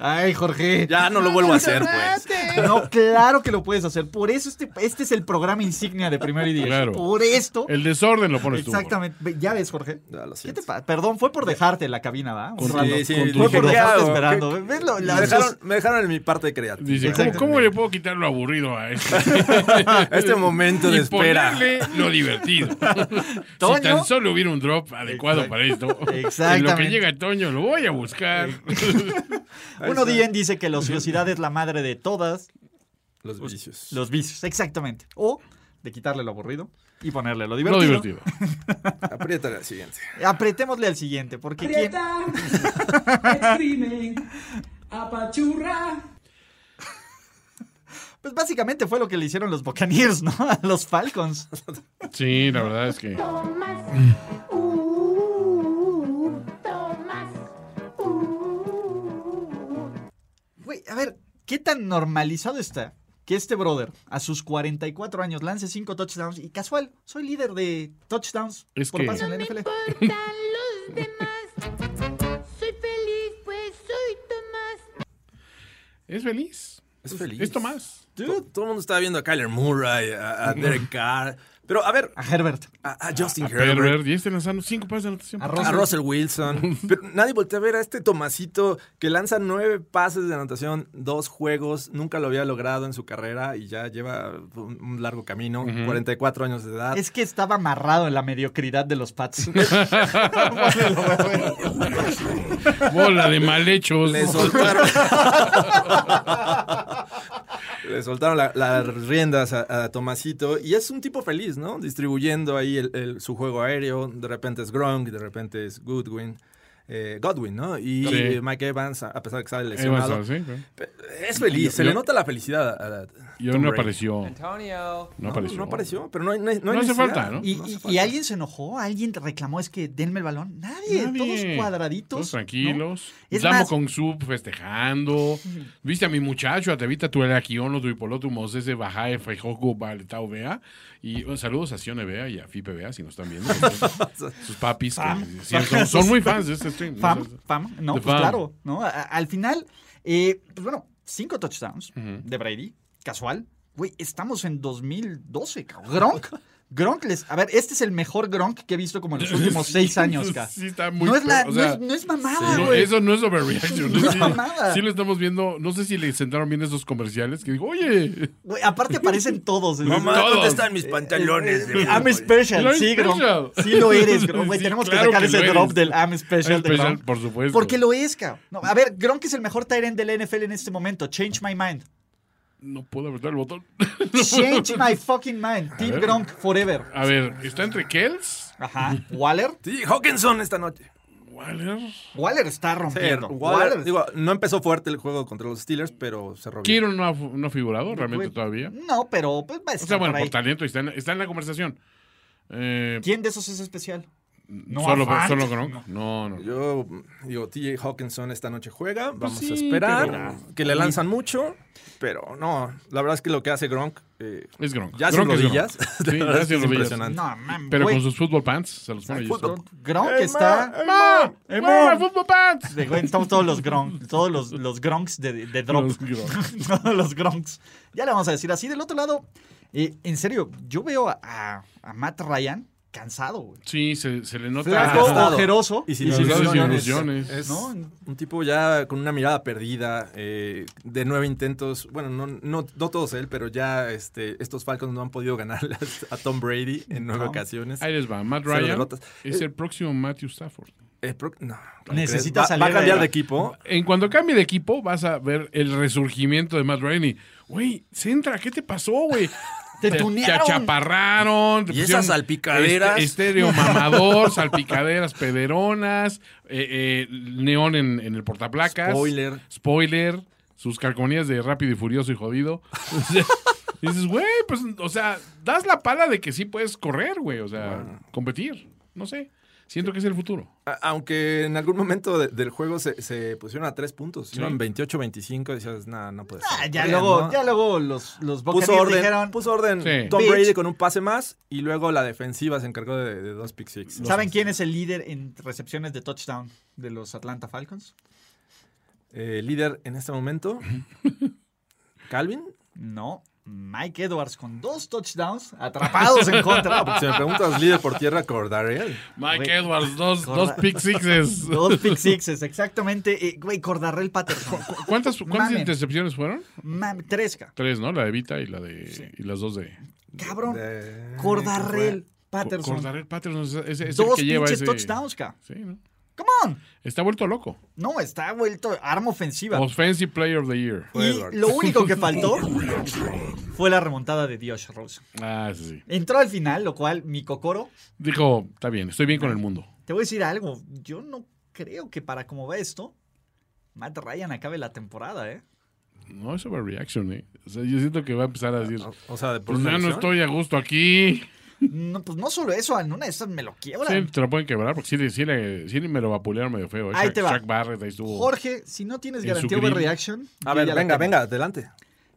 Ay, Jorge.
Ya no lo vuelvo a hacer, pues.
No, claro que lo puedes hacer. Por eso este, este es el programa insignia de Primero y Diez.
Claro.
Por esto.
El desorden lo pones tú. Borja.
Exactamente. Ve- Ya ves, Jorge.
Ya, Ah, lo
¿Qué
siento.
te pasa? Perdón, fue por dejarte en la cabina, ¿va? Un
Sí,
rato.
sí,
con tu-
Fue
dije,
por
¿qué
dejarte
hago?
esperando.
¿Qué-
¿Ves lo-
Me
las
dejaron,
dos-
me dejaron en mi parte creativa.
Dice, ¿cómo, cómo le puedo quitar lo aburrido a este,
(laughs) Este momento de
y
espera.
ponerle lo
(laughs)
divertido?
Toño.
Si tan solo hubiera un drop adecuado
Exact-
para esto.
Exactamente.
En lo que llega Toño, lo voy a buscar.
Uno día dice que la ociosidad es la madre de todas
Los
pues,
vicios.
los vicios. Exactamente. O de quitarle lo aburrido y ponerle lo
(laughs) Lo
divertido.
divertido.
Apriétale al siguiente.
Apretémosle al siguiente, porque ¿quién?
Aprieta, exprime, apachurra.
Pues básicamente fue lo que le hicieron los Buccaneers, ¿no? (laughs) A los Falcons.
Sí, la verdad es que.
Güey, a ver, ¿qué tan normalizado está que este brother a sus 44 años lance 5 touchdowns y casual, soy líder de touchdowns
Es
por
que-
pase en la NFL?
importan los demás. Soy feliz, pues soy Tomás.
Es feliz.
Es feliz.
Es Tomás.
Dude, todo el mundo estaba viendo a Kyler Murray, a, a Derek Carr. Pero a ver,
A Herbert.
a, a Justin Herbert.
Pervert. Y este lanzando cinco pases de anotación.
A
A Russell
(laughs)
Wilson. Pero nadie voltea a ver a este Tomasito que lanza nueve pases de anotación, dos juegos, nunca lo había logrado en su carrera y ya lleva un un largo camino, 44 años de edad.
Es que estaba amarrado en la mediocridad de los
(laughs)
Pats.
Bola de malhechos.
Le
(laughs)
soltaron. Le soltaron la- las riendas a, a Tomasito. Y es un tipo feliz, ¿no? Distribuyendo ahí el- el- su juego aéreo. De repente es Gronk, de repente es Goodwin. eh, Godwin, ¿no? Y
Sí.
Mike Evans, a a pesar de que sale
Ahí vas
lesionado.
a ver, sí, claro.
Pe- Es feliz, se
Yo-
le
yo-
nota la felicidad a, a
Y
Tom
aún no
Brady.
apareció. No apareció.
No apareció, pero no, hay- no hay- no hay
No hace
necesidad.
falta, ¿no?
Y,
hace
y-
falta.
y alguien se enojó, alguien reclamó, es que denme el balón. Nadie,
Nadie.
todos cuadraditos.
Todos
¿no?
tranquilos.
Es
Damo
más-
con sub festejando. Viste a mi muchacho, a Tevita Tuelaquiono, Tuipolotu Moses, Bajae, Fejoco, Baletao Bea. Y bueno, saludos a Sione Bea y a Fipe Bea, si nos están viendo.
(laughs)
Sus papis, que sí, son, son muy fans de este stream.
Fam, fam, no,
De
pues
fam.
claro, ¿no? A- a- al final, eh, pues bueno, cinco touchdowns de Brady, casual. Güey, estamos en 2012, cabrón. Gronk, Gronk les... A ver, este es el mejor Gronk que he visto como en
(laughs)
los últimos seis años, ca.
Sí, está muy
no, es la-
feo, o sea,
no es- no es mamada,
No,
Ah, güey.
eso no es overreaction.
No es
sí,
mamada.
sí lo estamos viendo. No sé si le sentaron bien esos comerciales que digo, oye,
Güey, Aparte aparecen todos. ¿eh?
Mamá,
Todos. eh,
¿dónde están mis pantalones? de
I'm
fútbol?
special,
I'm
sí, Gronk.
special.
Sí lo eres,
(laughs)
Gronk. Güey,
Sí,
tenemos
claro
que sacar
que
ese
lo
drop
eres.
del I'm special,
I'm
de
special,
Gronk.
por supuesto.
Porque lo es, cabrón. No, a ver, Gronk es el mejor end del NFL en este momento. Change my mind.
no puedo apretar el botón. (laughs)
Change my fucking mind. Team
ver.
Gronk forever.
A ver, está entre Kells,
Ajá. Waller.
Sí, Hawkinson esta noche.
Waller,
Waller está
Waller,
rompiendo.
digo, no empezó fuerte el juego contra los Steelers, pero se robó.
Kieron no ha, fu- no ha figurado realmente todavía.
No, pero pues va a estar
O sea, bueno,
por ahí.
por talento está en, está en la conversación. Eh,
¿Quién de esos es especial? No,
solo,
Avant.
solo Gronk. No, no.
Yo mm, digo, TJ Hawkinson esta noche juega, Pues vamos a esperar, que le lanzan mucho, pero no, la verdad es que lo que hace Gronk, eh,
Es Gronk.
ya sin
Gronk
(laughs)
es
rodillas,
Gronk.
la
Sí,
verdad es
ya
que
sin
es
rodillas.
impresionante.
No, mames.
Pero con sus football pants se los pone y esto.
Gronk está.
¡Ey, ma! ¡Ey, ma! ¡Football pants!
De- güey, Estamos todos los Gronk, todos los, los Gronks de, de Drop.
Los
(laughs)
Gronks.
todos los Gronks. Ya le vamos a decir así. Del otro lado, eh, en serio, yo veo a, a Matt Ryan cansado, güey.
Sí, se, se le nota.
Flaco,
Desgastado.
ojeroso.
Y sin
Y sin
ilusiones.
ilusiones.
Es
¿No?
un tipo ya con una mirada perdida, eh, de nueve intentos. Bueno, no, no, no todos él, pero ya este, estos Falcons no han podido ganar (laughs) a Tom Brady en nueve
No.
ocasiones.
Ahí les va. Matt
Cero
Ryan
derrotas.
es el próximo Matthew Stafford.
Eh, pro- no, ¿cómo
Necesita
crees? Va-
salir
Va, a cambiar
de-
de equipo.
En cuanto cambie de equipo, vas a ver el resurgimiento de Matt Ryan y, güey, Centra, ¿qué te pasó, güey?
Te
te
tunearon.
achaparraron. te
Y esas
pusieron
salpicaderas.
este-
(laughs)
estéreo mamador, salpicaderas pederonas, eh, eh, neón en, en el portaplacas.
Spoiler.
Spoiler. Sus carconías de rápido y furioso
(laughs)
y jodido. Y dices, güey, pues, o sea, das la pala de que sí puedes correr, güey. O sea, competir. No sé. Siento que es el futuro.
A- Aunque en algún momento de- del juego se, se pusieron a tres puntos. Iban 28-25 y decías, nah, no puede ser.
Ah, ya,
Bien,
luego,
¿no?
ya luego los, los
Puso
Buccaneers
orden,
dijeron,
puso orden
Sí.
Tom
Bitch.
Brady con un pase más y luego la defensiva se encargó de, de dos pick six.
¿saben quién es el líder en recepciones de touchdown de los Atlanta Falcons?
Eh, líder en este
(laughs)
momento, Calvin.
No, Mike Edwards con dos touchdowns atrapados en
(laughs)
contra.
Si me preguntas líder por tierra, Cordariel.
Mike
Güey.
Edwards, dos,
Corra.
dos
(laughs)
pick sixes.
Dos pick sixes, exactamente. Eh, Güey, Cordarrell
(laughs)
Patterson.
¿Cuántas, cuántas
Mamen.
intercepciones fueron?
Mam, tres, ca-
Tres, ¿no? La de Vita y la de y las dos de
cabrón.
De-
Cordarrell Patterson.
Cordarel Patterson es, es- es el
dos
que lleva
pinches
ese
touchdowns, ca.
Sí, ¿no?
Come on.
Está vuelto loco.
No, está vuelto arma ofensiva.
Offensive Player of the Year.
Y
Edwards.
lo único
(laughs)
que faltó fue la remontada de Dios Rose.
Ah, sí, sí.
Entró al final, lo cual mi cocoro,
Dijo, está bien, estoy bien con el mundo.
te voy a decir algo, yo no creo que para como va esto, Matt Ryan acabe la temporada, ¿eh?
No, es overreaction, ¿eh? O sea, yo siento que va a
Ah,
empezar a decir,
O sea, de por
pues
una
ya no
lesión.
estoy a gusto aquí.
No, pues no solo eso, en una de esas me lo
Sí,
quiebran.
te lo pueden quebrar porque sí, le- sí, le- sí me lo vapulearon medio feo. ¿eh?
Ahí
Shaq-
te va.
Shaq Barrett ahí estuvo.
Jorge, si no tienes
En su
garantía
grill.
overreaction,
A
yo
ver,
ya la
venga,
tengo.
venga, adelante.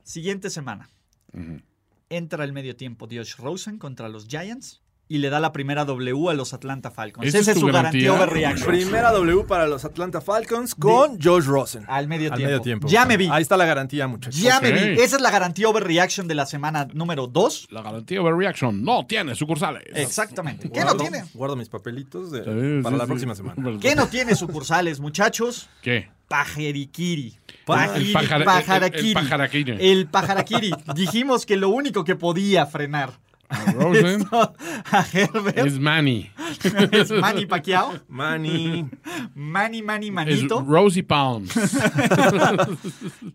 Siguiente semana.
Ujú.
Entra al medio tiempo Dios Rosen contra los Giants y le da la primera W a los Atlanta Falcons.
¿Esa es
Esa es
tu
su garantía,
garantía?
overreaction.
Primera W para los Atlanta Falcons con Josh Rosen.
Al medio
Al
tiempo.
medio tiempo.
Ya me vi.
Ahí está la garantía, muchachos.
Ya
Ok.
me vi. Esa es la garantía overreaction de la semana número 2.
La garantía overreaction no tiene sucursales.
Exactamente. ¿Qué no
Guardo,
tiene?
Guardo mis papelitos de-
Sí,
para
sí,
la
sí.
próxima semana.
¿Qué no tiene sucursales, muchachos?
¿Qué?
Pajeriquiri.
el
Pajiri-
pajara-
pajaraquiri.
el- el pajaraquiri.
El pajaraquiri. Dijimos que lo único que podía frenar (laughs)
A Rosen
a Herbert
es Manny.
es Manny Pacquiao.
(laughs) Manny.
Manny, Manny,
Es
Manito.
Rosie Palms.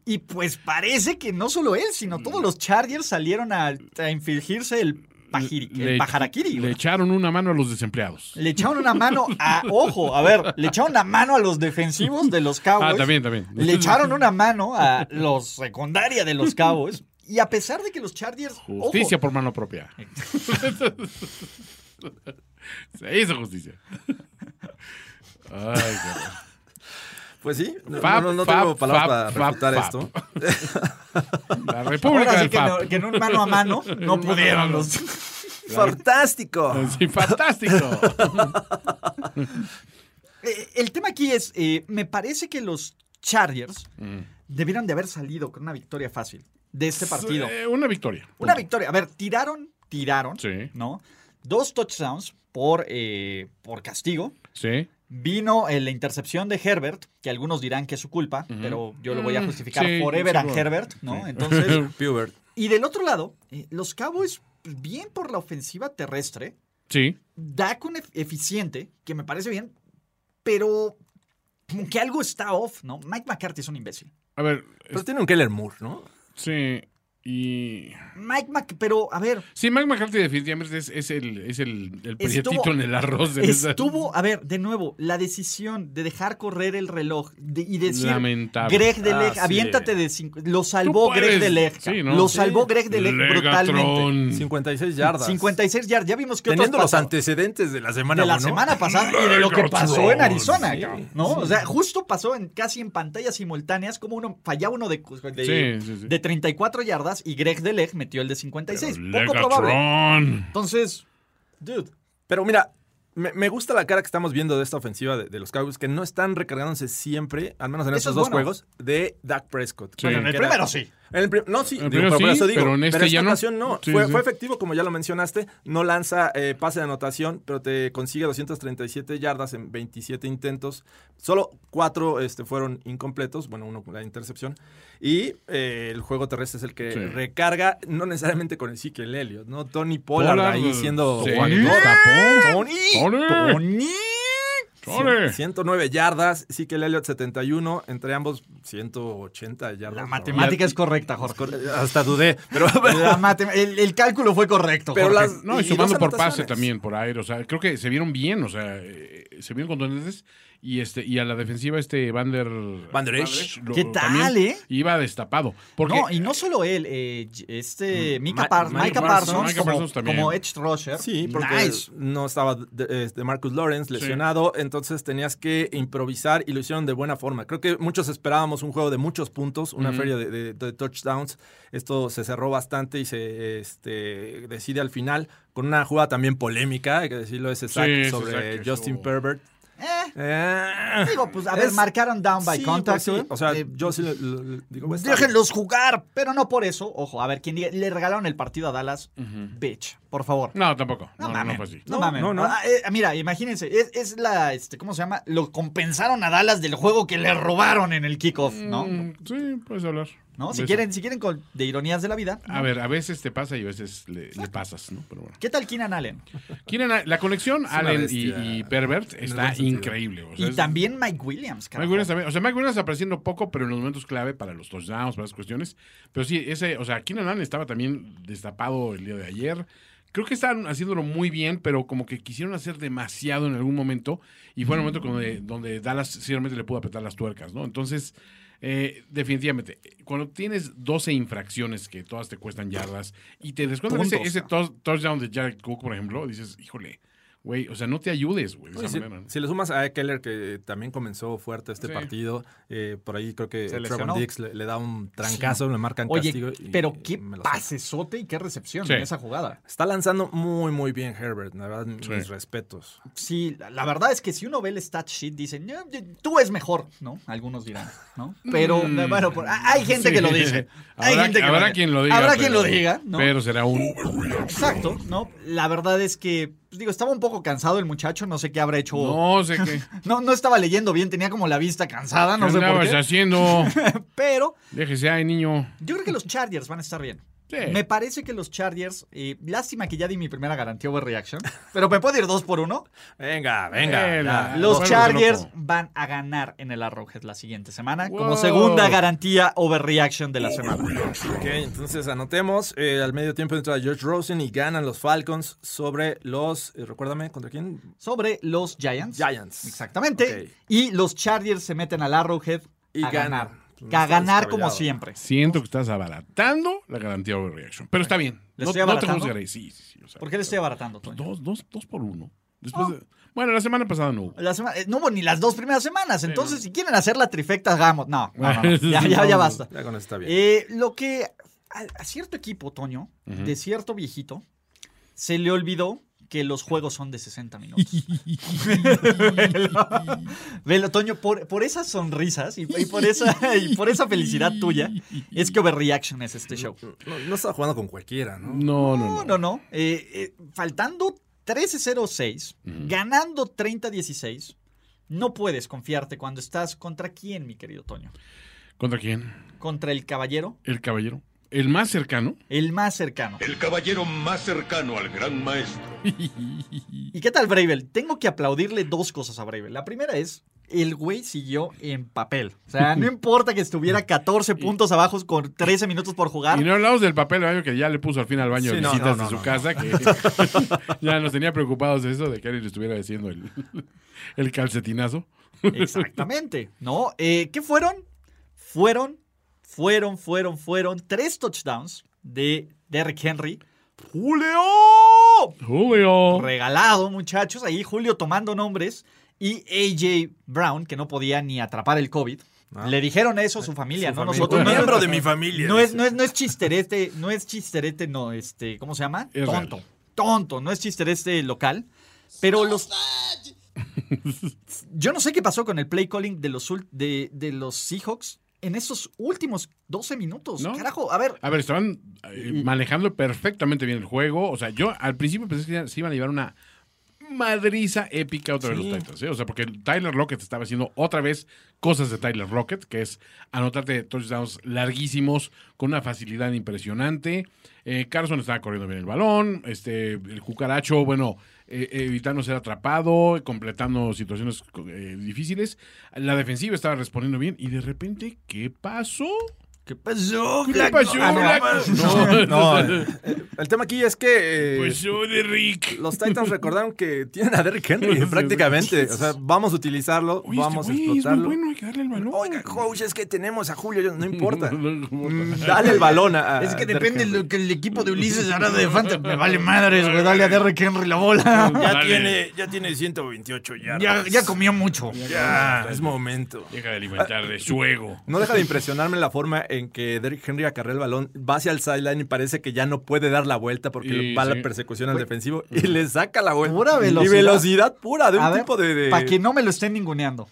Y pues parece que no solo él, sino todos los Chargers salieron a, a infligirse el, pajiri- el pajaraquiri.
Le
güey. Ah,
echaron una mano a los desempleados.
Le echaron una mano a, ojo, a ver, le echaron una mano a los defensivos de los Cowboys.
Ah, también, también.
Le echaron una mano a los secundaria de los Cowboys. Y a pesar de que los Chargers. ojo,
Justicia por
(laughs)
mano propia. Se hizo justicia. Ay, cabrón.
Pues sí, no,
Fab,
no, no
fab,
tengo palabras para
fab, fab,
refutar
fab.
esto.
(laughs) la
ahora
República
sí
del
que, no-
Fab.
que en un mano a
(laughs)
mano no pudieron los.
¡Fantástico!
Sí, fantástico.
(laughs) Eh, El tema aquí es: eh, me parece que los Chargers
Mm.
debieron de haber salido con una victoria fácil de (laughs) este partido.
Eh, una victoria.
Una victoria. A ver, tiraron, tiraron,
Sí.
¿no? Dos touchdowns por, eh, por castigo.
Sí.
Vino eh, la intercepción de Herbert, que algunos dirán que es su culpa, pero yo lo voy a
Mm,
justificar
sí,
forever a
seguro.
Herbert, ¿no?
Sí.
Entonces,
(laughs)
Pubert.
y del otro lado, eh, los Cowboys, pues, bien por la ofensiva terrestre,
Sí.
Dak un ef- eficiente, que me parece bien, pero como que algo está off, ¿no? Mike McCarthy es un imbécil.
A ver. es-
Pero tiene un Keller Moore, ¿no?
sí. Y.
Mike Mac, pero a ver,
Sí, Mike McCarthy definitivamente es, es el, es el,
Estuvo-
el prietito en el arroz de esa-
estuvo, a ver, de nuevo, la decisión de dejar correr el reloj de- y decir
Lamentable. Ah,
Greg Deleg,
Así
aviéntate de cinco. Lo salvó
Tú
Greg
puedes.
Deleg. ca.
Sí, ¿no?
Lo
Sí.
salvó Greg Deleg brutalmente.
Legatron.
56 yardas.
56 yardas. Ya vimos que otros
Teniendo los
pasaron.
antecedentes de la semana
de la
uno.
semana pasada y de lo que pasó en Arizona,
Sí.
cabrón, ¿no? O sea, justo pasó en casi en pantallas simultáneas como uno fallaba uno de, de,
Sí, sí, sí.
de 34 yardas y Greg Deleg metió el de 56. Poco probable.
Legatron.
Entonces, dude,
Pero mira, me, me gusta la cara que estamos viendo de esta ofensiva de, de los Cowboys, que no están recargándose siempre, al menos en
Eso
estos
es
dos
bueno.
juegos, de Dak Prescott.
Sí. Bueno, en
el
Que era-
primero sí.
En el prim- no, sí,
En
digo,
el primero
pero por
sí,
eso digo,
pero en este
esta
ya no.
ocasión no.
Sí,
fue,
sí.
fue efectivo, como ya lo mencionaste. No lanza eh, pase de anotación, pero te consigue 237 yardas en 27 intentos. Solo cuatro este, fueron incompletos, bueno, uno con la intercepción. Y eh, el juego terrestre es el que
Sí.
recarga, no necesariamente con el Ezekiel Elliott, ¿no? Tony Pollard,
Pollard, pues,
ahí siendo
sí,
jugador.
tapó.
Tony.
¡Ole! ¡Ole!
109 yardas, Ezekiel Elliott 71, entre ambos 180 yardas.
La
¿no?
matemática es correcta, Jorge.
Hasta dudé, pero, (laughs)
La matem- el, el cálculo fue correcto.
pero
Jorge.
las
No, y
y
sumando
dos
por pase
anotaciones.
también, por aire. O sea, creo que se vieron bien, o sea, eh, se vieron contundentes. Y, este, y a la defensiva, este Van der.
Van der Esch.
lo-
¿Qué tal,
también
eh?
Iba destapado. Porque,
No, y no solo él, eh, este Micah
Ma-
Par-
Micah
Micah
Parsons,
Parsons,
Micah
como,
Parsons también.
como edge rusher.
Sí, porque
Nice.
no estaba de, este, Marcus Lawrence
Sí.
lesionado, entonces tenías que improvisar y lo hicieron de buena forma. Creo que muchos esperábamos un juego de muchos puntos, una feria de, de- de touchdowns. Esto se cerró bastante y se este, decide al final con una jugada también polémica, hay que decirlo, ese sack
ese
sobre
sack que
Justin
estuvo-
Herbert.
Eh,
Eh,
digo, pues a ver,
es-
marcaron down by
sí,
contact.
pues sí.
¿eh?
O sea,
Eh,
yo sí le- le- le digo, "Pues está bien.
Déjenlos jugar, pero no por eso. Ojo, a ver, quien diga, le regalaron el partido a Dallas, bitch, por favor.
No, tampoco.
No,
No, no,
mames.
no fue así.
No,
No,
mames.
no, no.
Ah, eh, mira, imagínense, es, es la, este, ¿cómo se llama? Lo compensaron a Dallas del juego que le robaron en el kickoff, ¿no?
Mm, sí, puedes hablar.
¿No? Si
Beso.
quieren, si quieren con- de ironías de la vida.
A ver, a veces te pasa y a veces le, le pasas, ¿no? Pero bueno.
¿Qué tal Keenan Allen?
Pues Keenan- la conexión
una
Allen y,
bestia.
y Pervert
En el
está
buen sentido.
increíble. o sea,
Y
es-
también Mike Williams,
Mike
carajo.
Williams también. O sea, Mike Williams apareciendo poco, pero en los momentos clave para los touchdowns, para las cuestiones. Pero sí, ese, o sea, Keenan Allen estaba también destapado el día de ayer. Creo que estaban haciéndolo muy bien, pero como que quisieron hacer demasiado en algún momento. Y fue el momento donde, donde Dallas ciertamente le pudo apretar las tuercas, ¿no? Entonces, eh, definitivamente, cuando tienes 12 infracciones que todas te cuestan yardas y te descuentan ese,
Puntos.
ese tou- touchdown de Jared Cook, por ejemplo, dices, híjole, güey, o sea, no te ayudes, güey, de
Oye,
esa
si,
manera. ¿no?
si le sumas a Keller, que también comenzó fuerte este
Sí.
partido, eh, por ahí creo que
Se lesionó.
Trevor Dix le, le da un trancazo, le marcan castigo.
Oye,
y-
pero
y
qué
me lo saca.
pasesote y qué recepción
Sí.
en esa jugada.
Está lanzando muy, muy bien Herbert, la verdad,
Sí.
mis respetos.
Sí, la, la verdad es que si uno ve el stat sheet, dicen, "Eh, eh, tú es mejor, ¿no? Algunos dirán, ¿no? Pero, bueno, por- ah, hay gente
Mm. Sí.
que lo
(laughs)
dice. Hay
Habrá,
gente que
habrá quien lo diga.
Habrá quien
pero-
lo diga, ¿no?
Pero será un.
Exacto, ¿no? La verdad es que, pues, digo, estaba un poco cansado el muchacho, no sé qué habrá hecho. No.
No sé
(laughs)
qué.
No, estaba leyendo bien, tenía como la vista cansada, Ah, no
¿Qué
sé por
andabas
qué. (laughs)
haciendo?
Pero
Déjese ahí, niño.
yo creo que los Chargers van a estar bien.
Sí.
Me parece que los Chargers, eh, lástima que ya di mi primera garantía overreaction, pero me puedo ir dos por uno.
Venga, venga.
Eh,
ya.
la-
Los
Bueno,
Chargers
loco.
van a ganar en el Arrowhead la siguiente semana como
Wow.
segunda garantía overreaction de la semana.
Ok, entonces anotemos. eh, al medio tiempo entra George Rosen y ganan los Falcons sobre los. eh, recuérdame, ¿contra quién?
Sobre los Giants.
Giants.
Exactamente.
Ok.
Y los Chargers se meten al Arrowhead
Y
a
ganan.
ganar.
No
A
está
ganar como
descabellado.
siempre.
Siento que estás abaratando la garantía de overreaction. Pero está bien.
¿Le
No,
estoy
no te
abaratando?
juzgaré. Sí, sí, sí. o sea, pues,
¿Por qué le estoy abaratando, Toño?
Dos, dos, dos por uno. Después de- Bueno, la semana pasada no hubo.
La semana- eh, no hubo ni las dos primeras semanas. Entonces, si quieren hacer la trifecta, hagamos. No, no, no,
(laughs)
no. Ya, ya, ya basta.
Ya con eso está bien.
Eh, lo que a, a cierto equipo, Toño, de cierto viejito, se le olvidó que los juegos son de 60
(laughs)
minutos. velo, velo, Toño, por, por esas sonrisas y, y por esa, y por esa felicidad tuya, es que Overreaction es este show.
no, no estaba jugando con cualquiera, ¿no?
No,
No, no, no.
no, no. Eh, eh, faltando 13-06, ganando 30-16, no puedes confiarte cuando estás contra quién, mi querido Toño.
¿Contra quién?
Contra el caballero,
El caballero. El más cercano.
el más cercano.
El caballero más cercano al gran maestro.
(laughs) ¿Y qué tal Bravel? Tengo que aplaudirle dos cosas a Bravel. La primera es, el güey siguió en papel. O sea, no importa que estuviera 14 puntos abajo con 13 minutos por jugar.
Y no hablamos del papel de baño que ya le puso al fin al baño de
Ah. Sí, no,
visitas
no, no,
de su
no.
casa, que (laughs) ya nos tenía preocupados de eso, de que alguien le estuviera haciendo el, el calcetinazo.
Exactamente, (laughs) ¿no? Eh, ¿Qué fueron? Fueron, fueron, fueron, fueron tres touchdowns de Derrick Henry. ¡Julio!
Julio.
Regalado, muchachos. Ahí Julio tomando nombres. Y AJ Brown, que no podía ni atrapar el COVID.
Ah.
Le dijeron eso a su familia,
Su
no
familia.
nosotros.
Un
No, no, (laughs)
miembro
no.
de mi familia.
No es,
dice.
no es, no es chisterete, no es chisterete, no, este, ¿cómo se llama?
Es real.
tonto. Tonto, no es chisterete local. Pero los. (laughs) Yo no sé qué pasó con el play calling de los, ul- de, de los Seahawks en esos últimos 12 minutos. Carajo, a ver,
A ver, estaban eh, manejando perfectamente bien el juego. O sea, yo al principio pensé que se iban a llevar una madriza épica otra vez los Titans. ¿eh? O sea, porque Tyler Rocket estaba haciendo otra vez cosas de Tyler Rocket, que es anotarte touchdowns larguísimos con una facilidad impresionante. Eh, Carson estaba corriendo bien el balón. Este, el cucaracho, bueno, eh, evitando ser atrapado, completando situaciones eh, difíciles. La defensiva estaba respondiendo bien. Y de repente, ¿qué pasó?
¿qué pasó?
¿Qué pasó,
Ah, no.
Black? No,
No, eh, el tema aquí es que eh,
(laughs) Pues yo de Rick.
los Titans recordaron que tienen a Derrick Henry prácticamente. O
(laughs)
sea, vamos a utilizarlo,
Oye,
vamos
este
a
güey
explotarlo.
Es muy bueno, hay que darle el balón.
Oiga, coach, es que tenemos a Julio,
(laughs)
Jones. no importa.
No
Mm, Dale el balón a. a
Es que
Ah, Derrick
depende
Henry.
lo que el equipo de Ulises hará de defensa. Me
(laughs)
vale madres, güey. Dale a Derrick Henry la bola.
Ya
Dale.
tiene, ya tiene 128 yardas.
Ya, ya comió mucho.
Ya, es momento.
Deja de alimentar de suego.
No deja de impresionarme la forma en que Derrick Henry acarrea el balón, va hacia el sideline y parece que ya no puede dar la vuelta porque
Y
va
sí.
la persecución al defensivo y le saca la vuelta.
Pura velocidad.
Y velocidad pura, de
A
un
ver,
tipo de. de-
Para que no me lo estén ninguneando.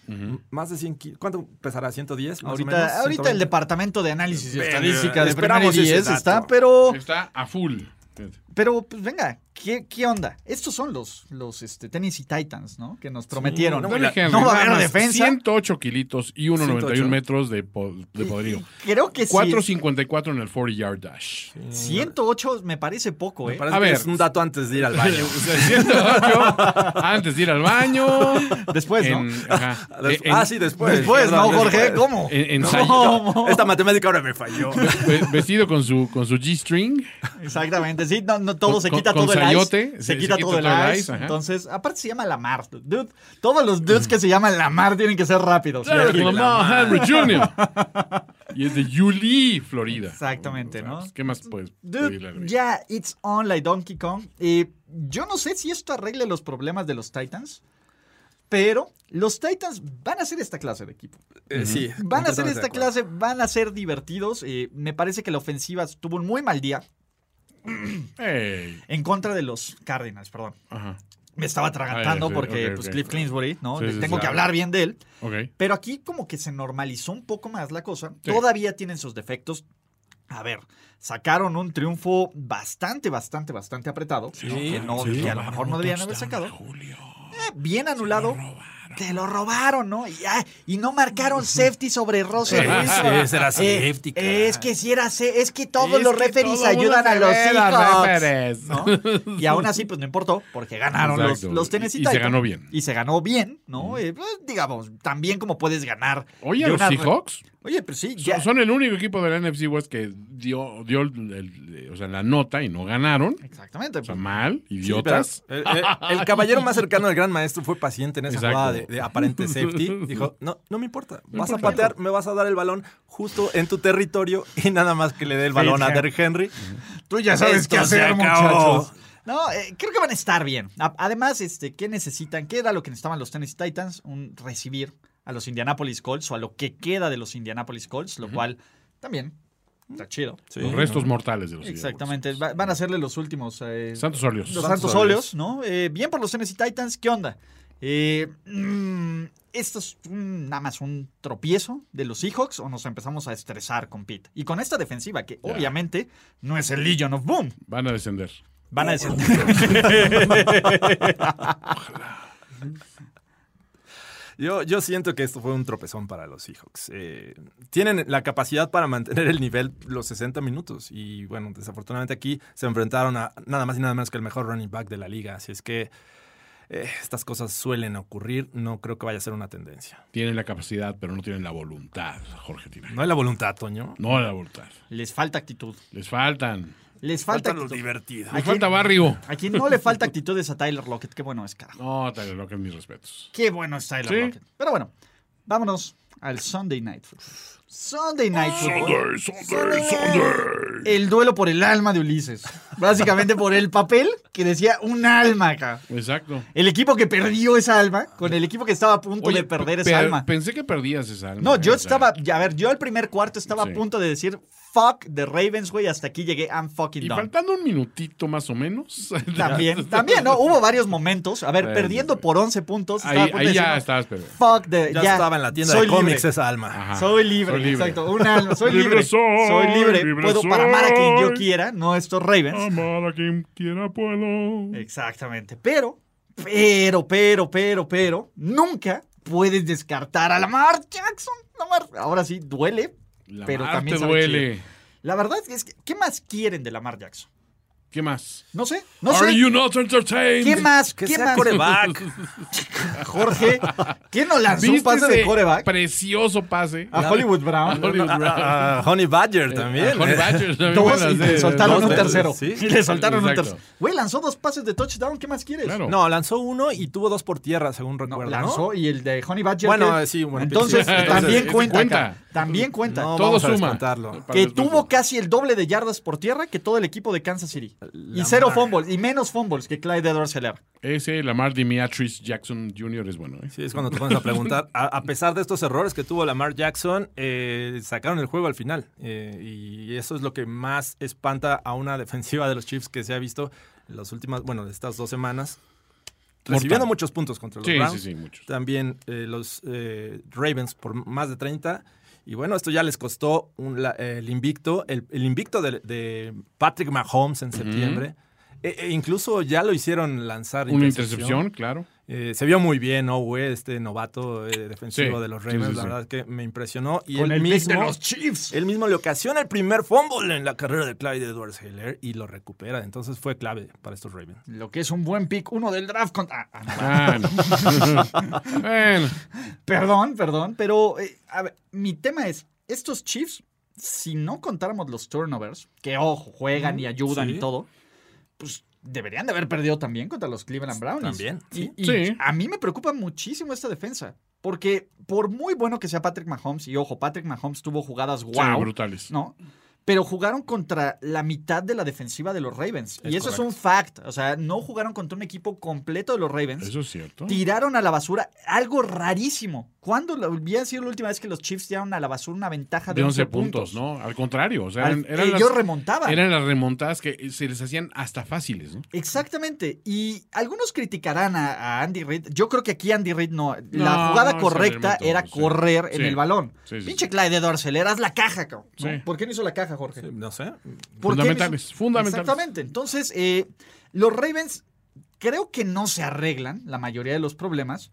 Más de 100 kilos. ¿Cuánto pesará? ¿110? más o
ahorita
menos?
ahorita el
120.
departamento de análisis y
Venga,
estadística de
esperamos
Primera y
ese
10
dato.
E está, pero,
Está a full.
pero pues venga, ¿qué, qué onda? Estos son los, los este, Tennessee Titans, ¿no? Que nos prometieron.
no,
no,
Dale,
Henry,
va a
nada
haber
más.
defensa.
108 kilitos y 1.91
108.
metros de, po- de poderío.
Creo que sí.
4.54 en el 40-yard dash.
108 me parece poco, ¿eh?
Parece
A
que
ver.
es un dato antes de ir
(laughs)
al baño.
O sea, 108 antes de ir al baño.
Después, Pues, ¿no?
En- ajá.
Des-
En-
ah, sí, después.
Después, ¿no,
Perdón,
Jorge?
después.
¿Cómo?
en- en-
(laughs) ¿Cómo?
Esta matemática ahora
(laughs)
me falló.
ve- Vestido con su, con su G-string.
Exactamente, sí, no, no, todo
Con-
se
con-
quita
con
todo el
sayote,
ice.
se-
Se, quita todo el ice.
ajá.
Entonces, aparte se llama Lamar. Dude, todos los dudes que se llaman Lamar tienen que ser rápidos.
Claro,
Y-
con Lamar Henry (laughs) Jr. Y es de Yulee, Florida. pues,
Exactamente, ¿no?
¿Qué más puedes
Dude,
pedirle al
ya,
Luis?
it's on like Donkey Kong. Eh, yo no sé si esto arregle los problemas de los Titans, pero los Titans van a ser esta clase de equipo.
Eh, sí.
Van a ser
completamente de
esta
acuerdo.
clase, van a ser divertidos. Eh, me parece que la ofensiva tuvo un muy mal día
Ey,
en contra de los Cardinals, perdón.
ajá.
Me estaba atragantando
Ah, ya, sí,
porque
ok,
pues,
ok.
Cliff Clinsbury, ¿no?
Sí, sí,
Tengo
sí.
que hablar bien de él.
Ok.
Pero aquí como que se normalizó un poco más la cosa.
Sí.
Todavía tienen sus defectos. A ver, sacaron un triunfo bastante, bastante, bastante apretado. ¿no? que, no- que a lo mejor no debían haber sacado. Eh, bien anulado. Te lo robaron, ¿no? Y, ah, y no marcaron safety sobre Russell
Sí,
Wilson.
sí, ese era
Eh,
safety, cara.
Es que si era, sa- es que todos
Es
los
que
referees
todo
ayudan
mundo
a
se
los
ve,
Seahawks.
referees.
¿no? Y aún así, pues no importó, porque ganaron los,
Exacto.
los Tennessee
Y- y se
Titans.
ganó bien.
Y se ganó bien, ¿no? Eh, pues, digamos, también como puedes ganar.
Oye,
de
los
una-
Seahawks
Oye, pues sí,
so-
ya.
son el único equipo de la NFC West que dio, dio el- el- o sea, la nota y no ganaron.
Exactamente. pues,
O sea, mal,
Sí,
idiotas.
pero el, el- el caballero
(laughs)
más cercano del gran maestro fue paciente en esa
Exacto.
jugada de, de aparente
(laughs)
safety. Dijo, no, no me importa. Vas a
importa.
patear, me vas a dar el balón justo en tu territorio y nada más que le dé el balón a Derrick Henry.
Tú ya
sabes qué hacer, muchachos.
No, eh, creo que van a estar bien. A- además, este, ¿qué necesitan? ¿Qué era lo que necesitaban los Tennessee Titans? Un recibir a los Indianapolis Colts o a lo que queda de los Indianapolis Colts, lo cual también está chido.
los restos mortales de los
Exactamente. Va- van a hacerle los últimos. eh,
Seahawks. Santos Orleos.
Los
Santos
Santos Óleos, ¿no? Eh, bien por los Tennessee Titans, ¿qué onda? Eh, mm, ¿Esto es un- nada más un tropiezo de los Seahawks o nos empezamos a estresar con Pete? Y con esta defensiva, que
Ya.
obviamente no es el Legion of Boom.
Van a descender.
Van a decir.
Yo, yo siento que esto fue un tropezón para los Seahawks. Eh, tienen la capacidad para mantener el nivel los 60 minutos. Y bueno, desafortunadamente aquí se enfrentaron a nada más y nada menos que el mejor running back de la liga. Así es que eh, estas cosas suelen ocurrir. No creo que vaya a ser una tendencia.
Tienen la capacidad, pero no tienen la voluntad, Jorge Tinajero.
No hay la voluntad, Toño.
No la voluntad.
Les falta actitud.
Les faltan.
Les falta
Falta lo
actitud.
divertido.
Les
Aquí-
falta barrio.
A quien no le falta actitud es a Tyler Lockett. Qué bueno es, carajo.
No, Tyler Lockett, mis respetos.
Qué bueno es Tyler
Sí.
Lockett. Pero bueno, vámonos al Sunday Night Football. Sunday Night Football.
Sunday, Sunday.
El duelo por el alma de Ulises. Básicamente por el papel que decía un alma acá.
Exacto.
El equipo que perdió esa alma con el equipo que estaba a punto de perder
pe-
esa
per-
alma.
Pensé que perdías esa alma.
No, yo
O sea,
estaba, ya, a ver, yo al primer cuarto estaba
Sí.
a punto de decir fuck the Ravens, güey, hasta aquí llegué, I'm fucking
Y
done.
faltando un minutito más o menos.
(laughs)
(laughs)
También, también, ¿no? Hubo varios momentos, a ver,
Sí,
perdiendo
sí, sí.
por 11 puntos. estaba a
Ahí,
punto
ahí
de
ya
decir,
estabas, pero.
Fuck the,
Ya, estaba en la tienda
soy
de cómics
libre. Ah.
esa alma.
Ajá.
Soy libre.
Soy libre.
Exacto, un alma. Soy
Libre
libre.
soy,
libre.
libre
puedo para amar a quien yo
soy.
quiera, no a estos Ravens.
Amar a quien quiera puedo.
Eh, Exactamente. Pero, pero, pero, pero, pero, nunca puedes descartar a Lamar Jackson. Lamar, ahora sí, duele.
La
pero
mar
también
te
sabe
duele.
chido. La verdad es que, ¿qué más quieren de Lamar Jackson?
¿Qué más?
No sé, no
Are
sé.
you not entertained?
¿Qué más?
Que
¿Qué
sea
más?
coreback.
(laughs) Jorge, ¿quién no lanzó un
¿Viste
pase de
ese
coreback?
Precioso pase.
A Hollywood Brown.
Hollywood Brown.
Ah, Honey Badger
ah,
también.
(laughs)
Honey
¿eh?
Badger también
Dos
me
y
la
le
sé.
soltaron
dos
un
veces,
tercero.
sí.
Y le soltaron un
Exacto.
tercero. Güey, lanzó dos pases de touchdown. ¿Qué más quieres?
Claro.
(laughs) No, lanzó uno y tuvo dos por tierra, según recuerdo. ¿no?
lanzó y el de Honey Badger.
Bueno,
que-
sí, bueno,
Entonces,
sí, sí,
también
entonces,
cuenta.
cuenta.
acá. También cuenta.
No,
Todo
vamos a
suma.
descontarlo.
Para
que
después-
tuvo casi el doble de yardas por tierra que todo el equipo de Kansas City. y cero fumbles. Y menos fumbles que Clyde Edwards Heller.
Ese Lamar Dimiatris Jackson Jr. es bueno. ¿eh?
Sí, es cuando te pones a preguntar. A, a pesar de estos errores que tuvo Lamar Jackson, eh, sacaron el juego al final. Eh, y eso es lo que más espanta a una (laughs) defensiva de los Chiefs que se ha visto en las últimas, bueno, de estas dos semanas. Recibiendo
Mortal.
muchos puntos contra los
Sí,
Browns.
sí, sí, muchos.
También eh, los eh, Ravens por más de 30. Y bueno, esto ya les costó un la- el invicto, el, el invicto de, de Patrick Mahomes en septiembre. Eh, eh, incluso ya lo hicieron lanzar
Una
(laughs)
intercepción, claro.
eh, se vio muy bien, ¿no, güey? Este novato eh, defensivo
Sí,
de los
sí,
Ravens,
sí,
la
sí.
verdad que me impresionó. Y
Con
él
el pick
mismo,
de los Chiefs.
él mismo le ocasiona el primer fumble en la carrera de Clyde Edwards Heller y lo recupera. Entonces fue clave para estos Ravens.
Lo que es un buen pick. Uno del draft contra. ah, no. (laughs)
Ah, no. bueno,
Perdón, perdón, pero eh, a ver, mi tema es, estos Chiefs, si no contáramos los turnovers, que ojo, juegan y ayudan
sí.
y todo, pues deberían de haber perdido también contra los Cleveland Brownies.
También, sí.
Y, y
Sí.
a mí me preocupa muchísimo esta defensa, porque por muy bueno que sea Patrick Mahomes, y ojo, Patrick Mahomes tuvo jugadas
sí,
wow,
brutales.
¿no? Pero jugaron contra la mitad de la defensiva de los Ravens.
Es
y eso
correcto.
es un fact. O sea, no jugaron contra un equipo completo de los Ravens
Eso es cierto.
tiraron a la basura algo rarísimo. ¿Cuándo lo- había sido la última vez que los Chiefs tiraron a la basura una ventaja de,
De 11 puntos, ¿no? Al contrario. O sea,
Al-
eran, eran
ellos remontaban.
eran las remontadas que se les hacían hasta fáciles, ¿no?
Exactamente. Y algunos criticarán a, a Andy Reid. Yo creo que aquí Andy Reid no.
No,
La jugada
se
correcta
remontó,
era
sí.
correr en
Sí.
el balón.
Sí, sí,
Pinche
sí.
Clyde de Dorceleras la caja, cabrón. ¿no?
Sí.
¿Por qué no hizo la caja, Jorge?
No sé.
¿Por qué no hizo-
Fundamentales, fundamentales.
Exactamente. Entonces, eh, los Ravens creo que no se arreglan la mayoría de los problemas,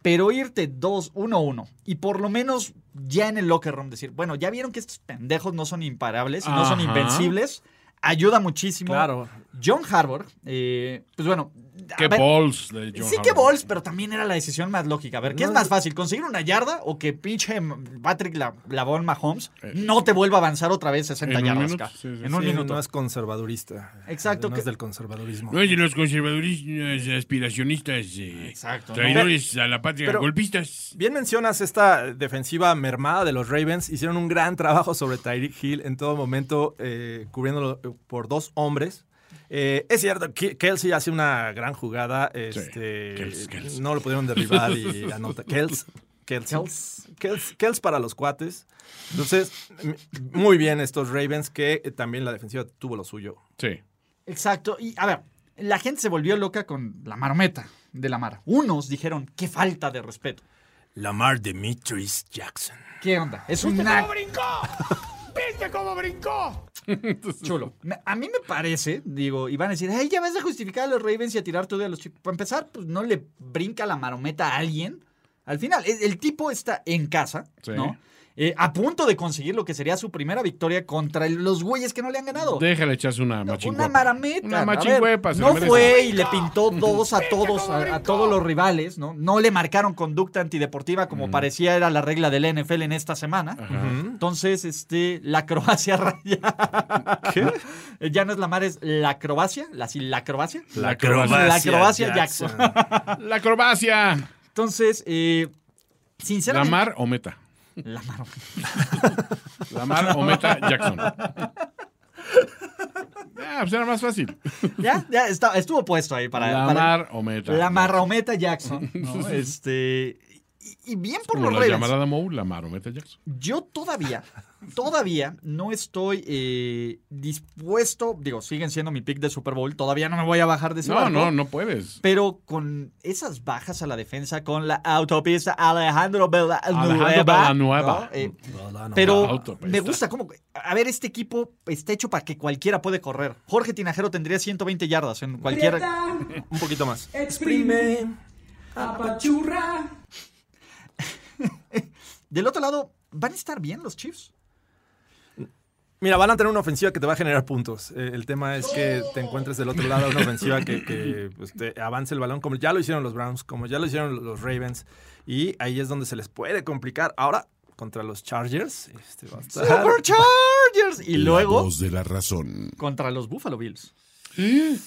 pero irte 2-1-1 y por lo menos ya en el locker room decir, bueno, ya vieron que estos pendejos no son imparables, y no son
Ajá.
invencibles, ayuda muchísimo.
Claro.
John Harbour, eh, pues bueno. a
Qué
ver,
balls de John
Sí que
Harbaugh.
balls, pero también era la decisión más lógica. A ver, ¿qué
No,
es más
es-
fácil? ¿Conseguir una yarda o que pinche Patrick La- Lavon Mahomes no te vuelva a avanzar otra vez 60
Eh, en un
yardas?
minuto,
ca?
sí, sí,
en un
Sí,
minuto.
No es conservadurista.
Exacto,
No
que-
es del conservadurismo.
No es de los conservadores eh, aspiracionistas, eh,
Exacto, ¿no?
traidores a la patria,
pero-
golpistas.
Bien mencionas esta defensiva mermada de los Ravens. Hicieron un gran trabajo sobre Tyreek Hill en todo momento, eh, cubriéndolo por dos hombres. Eh, es cierto, Ke- Kelsey hace una gran jugada. Este,
Kels, Kels.
No lo pudieron derribar (laughs) y anota. Kels. Kelsey.
Kels.
Kels- Kels para los cuates. Entonces, m- muy bien estos Ravens que eh, también la defensiva tuvo lo suyo.
Sí.
Exacto. Y a ver, la gente se volvió loca con la marometa de la mar. Unos dijeron, qué falta de respeto.
Lamar Demetrius Jackson.
¿Qué onda? Es un naco
brincó! (laughs) ¿Viste cómo brincó?
chulo. Me- A mí me parece, digo, y van a decir, ay, ya vas a justificar a los Ravens y a tirar todo a los chicos. Para empezar, pues no le brinca la marometa a alguien. Al final, el, el tipo está en casa,
Sí.
¿no? Eh, a punto de conseguir lo que sería su primera victoria contra el- los güeyes que no le han ganado.
Déjale echarse una machinguepa.
Una marameta.
Una
A ver,
machinguepa, se
no
lo merece.
fue y le pintó dos a todos, a, a todos los rivales, ¿no? No le marcaron conducta antideportiva como parecía era la regla del NFL en esta semana. Entonces, este, la Croacia (laughs) raya. ¿Qué? Ya no es la mar, es la Croacia, la, sí, la Croacia.
La
acrobacia La acrobacia Jackson.
La acrobacia.
(laughs) Entonces, eh,
La
sinceramente.
mar o meta.
La mar.
La mar o meta
(laughs)
Jackson. Ah, pues era más fácil.
Ya, ya está- estuvo puesto ahí para.
la
para-
mar o meta.
la marrometa Jackson.
(laughs)
¿no? Este. y- Y, bien por
Como
los
la
Ravens.
llamarada Mou, la mar o meta Jackson. (laughs)
Yo todavía Todavía no estoy eh, dispuesto, digo, siguen siendo mi pick de Super Bowl, todavía no me voy a bajar de ese
No,
barco.
no, no puedes.
Pero con esas bajas a la defensa, con la autopista Alejandro Villanueva.
Alejandro Villanueva.
¿no? Eh,
Villanueva.
La
pero
autopista.
me gusta cómo. A ver, este equipo está hecho para que cualquiera puede correr. Jorge Tinajero tendría 120 yardas en cualquier.
Aprieta,
Un poquito más.
exprime, apachurra.
Del otro lado, ¿van a estar bien los Chiefs?
Mira, van a tener una ofensiva que te va a generar puntos. Eh, el tema es que te encuentres del otro lado una ofensiva que, que, pues, te avance el balón, como ya lo hicieron los Browns, como ya lo hicieron los Ravens. Y ahí es donde se les puede complicar. Ahora, contra los Chargers. Este va a estar-
¡Superchargers! Y
La
luego
voz de la razón.
contra los Buffalo Bills.
¿Eh?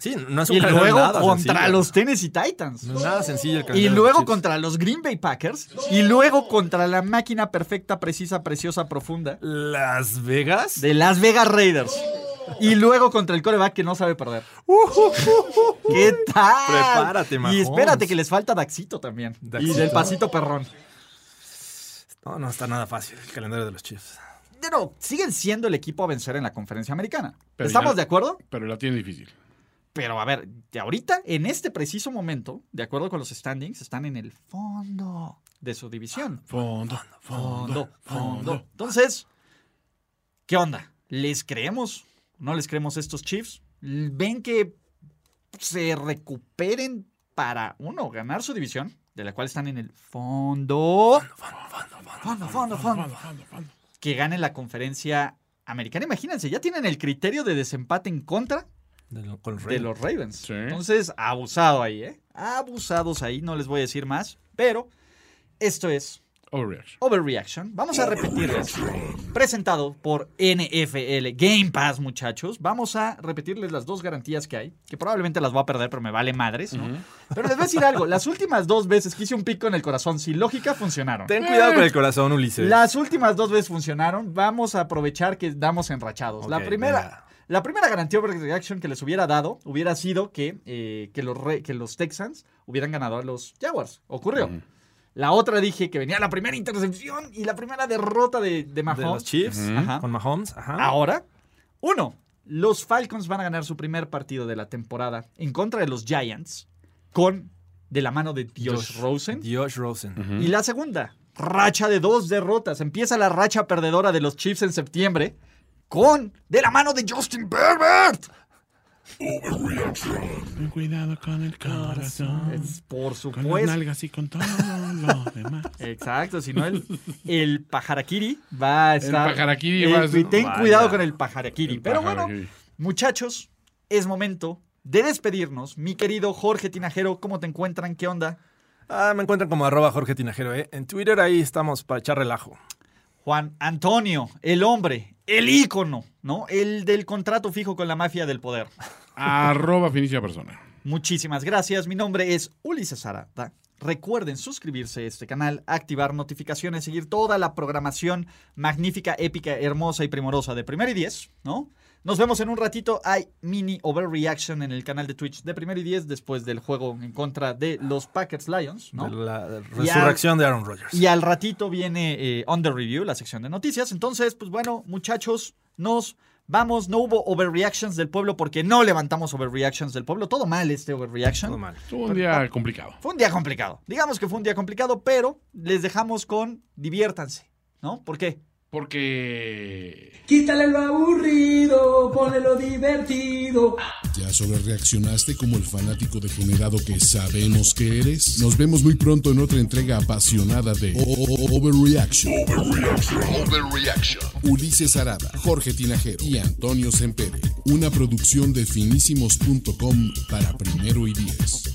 Sí, no es un
Y
calendario
luego
nada
contra
sencillo.
los Tennessee Titans.
No es nada sencillo el
Y
calendario de los
luego
Chiefs.
contra los Green Bay Packers. Y luego contra la máquina perfecta, precisa, preciosa, profunda
Las Vegas.
de Las Vegas Raiders. Y luego contra el coreback que no sabe
(laughs)
perder. ¿Qué tal?
Prepárate,
Y
Mahomes.
espérate que les falta Daxito también.
Daxito.
Y del pasito perrón.
No, no está nada fácil el calendario de los Chiefs.
Pero siguen siendo el equipo a vencer en la conferencia americana.
Pero
¿Estamos
ya-
de acuerdo?
Pero la tiene difícil.
Pero a ver, de ahorita, en este preciso momento, de acuerdo con los standings, están en el fondo de su división.
Fondo,
Fondo, fondo. Entonces, ¿qué onda? ¿Les creemos? ¿No les creemos a estos Chiefs? ¿Ven que se recuperen para, uno, ganar su división, de la cual están en el fondo? Fondo, fondo, fondo. Que ganen la conferencia americana. Imagínense, ya tienen el criterio de desempate en contra
De lo- con los
de
Ravens.
los Ravens.
Sí.
Entonces, abusado ahí, ¿eh? Abusados ahí, no les voy a decir más, pero esto es
Overreaction.
Overreaction. Vamos a repetirles. Presentado por NFL Game Pass, muchachos. Vamos a repetirles las dos garantías que hay, que probablemente las voy a perder, pero me vale madres, ¿no? Pero les voy a decir algo. Las últimas dos veces que hice un pico en el corazón, sin lógica, funcionaron.
Ten cuidado con el corazón, Ulises.
Las últimas dos veces funcionaron. Vamos a aprovechar que damos enrachados. la
Ok,
primera.
venga.
La primera garantía overreaction que les hubiera dado hubiera sido que, eh, que, los, re- que los Texans hubieran ganado a los Jaguars. Ocurrió. La otra dije que venía la primera intercepción y la primera derrota de, de
de los
Mahomes.
Chiefs.
Ajá.
Con Mahomes. Ajá.
Ahora, uno, los Falcons van a ganar su primer partido de la temporada en contra de los Giants con de la mano de Josh, Rosen.
Josh Rosen.
Y la segunda, racha de dos derrotas. Empieza la racha perdedora de los Chiefs en septiembre con de la mano de Justin Herbert.
Ten cuidado con el corazón.
Es, pues. por supuesto.
nalgas y con todo lo demás. (laughs)
Exacto, si no el, el pajarakiri va a estar.
pajarakiri
el-
va a ser-
y ten
Vaya.
cuidado con el pajarakiri.
El
Pero
pajarakiri.
bueno, muchachos, es momento de despedirnos. Mi querido Jorge Tinajero, ¿cómo te encuentran? ¿Qué onda?
Ah, me encuentran como arroba Jorge Tinajero, ¿eh? En Twitter ahí estamos para echar relajo.
Juan Antonio, el hombre, el ícono, ¿no? El del contrato fijo con la mafia del poder.
Arroba finicia persona.
Muchísimas gracias. Mi nombre es Ulises Arata. Recuerden suscribirse a este canal, activar notificaciones, seguir toda la programación magnífica, épica, hermosa y primorosa de Primero y Diez, ¿no? Nos vemos en un ratito. Hay mini overreaction en el canal de Twitch de Primero y Diez después del juego en contra de los Packers Lions, ¿no?
De la resurrección de Aaron Rodgers.
Y al ratito viene eh, On the Review, la sección de noticias. Entonces, pues bueno, muchachos, nos vamos. No hubo overreactions del pueblo porque no levantamos overreactions del pueblo. Todo mal este overreaction.
Todo mal.
Tuvo un día complicado.
Fue un día complicado. Digamos que fue un día complicado, pero les dejamos con diviértanse, ¿no? ¿Por qué?
Porque.
Quítale lo aburrido, ponle lo divertido.
¿Ya sobre reaccionaste como el fanático degenerado que sabemos que eres? Nos vemos muy pronto en otra entrega apasionada de O- O- O- Overreaction. Ulises Arada, Jorge Tinajero y Antonio Sempere. Una producción de finísimos.com para primero y diez.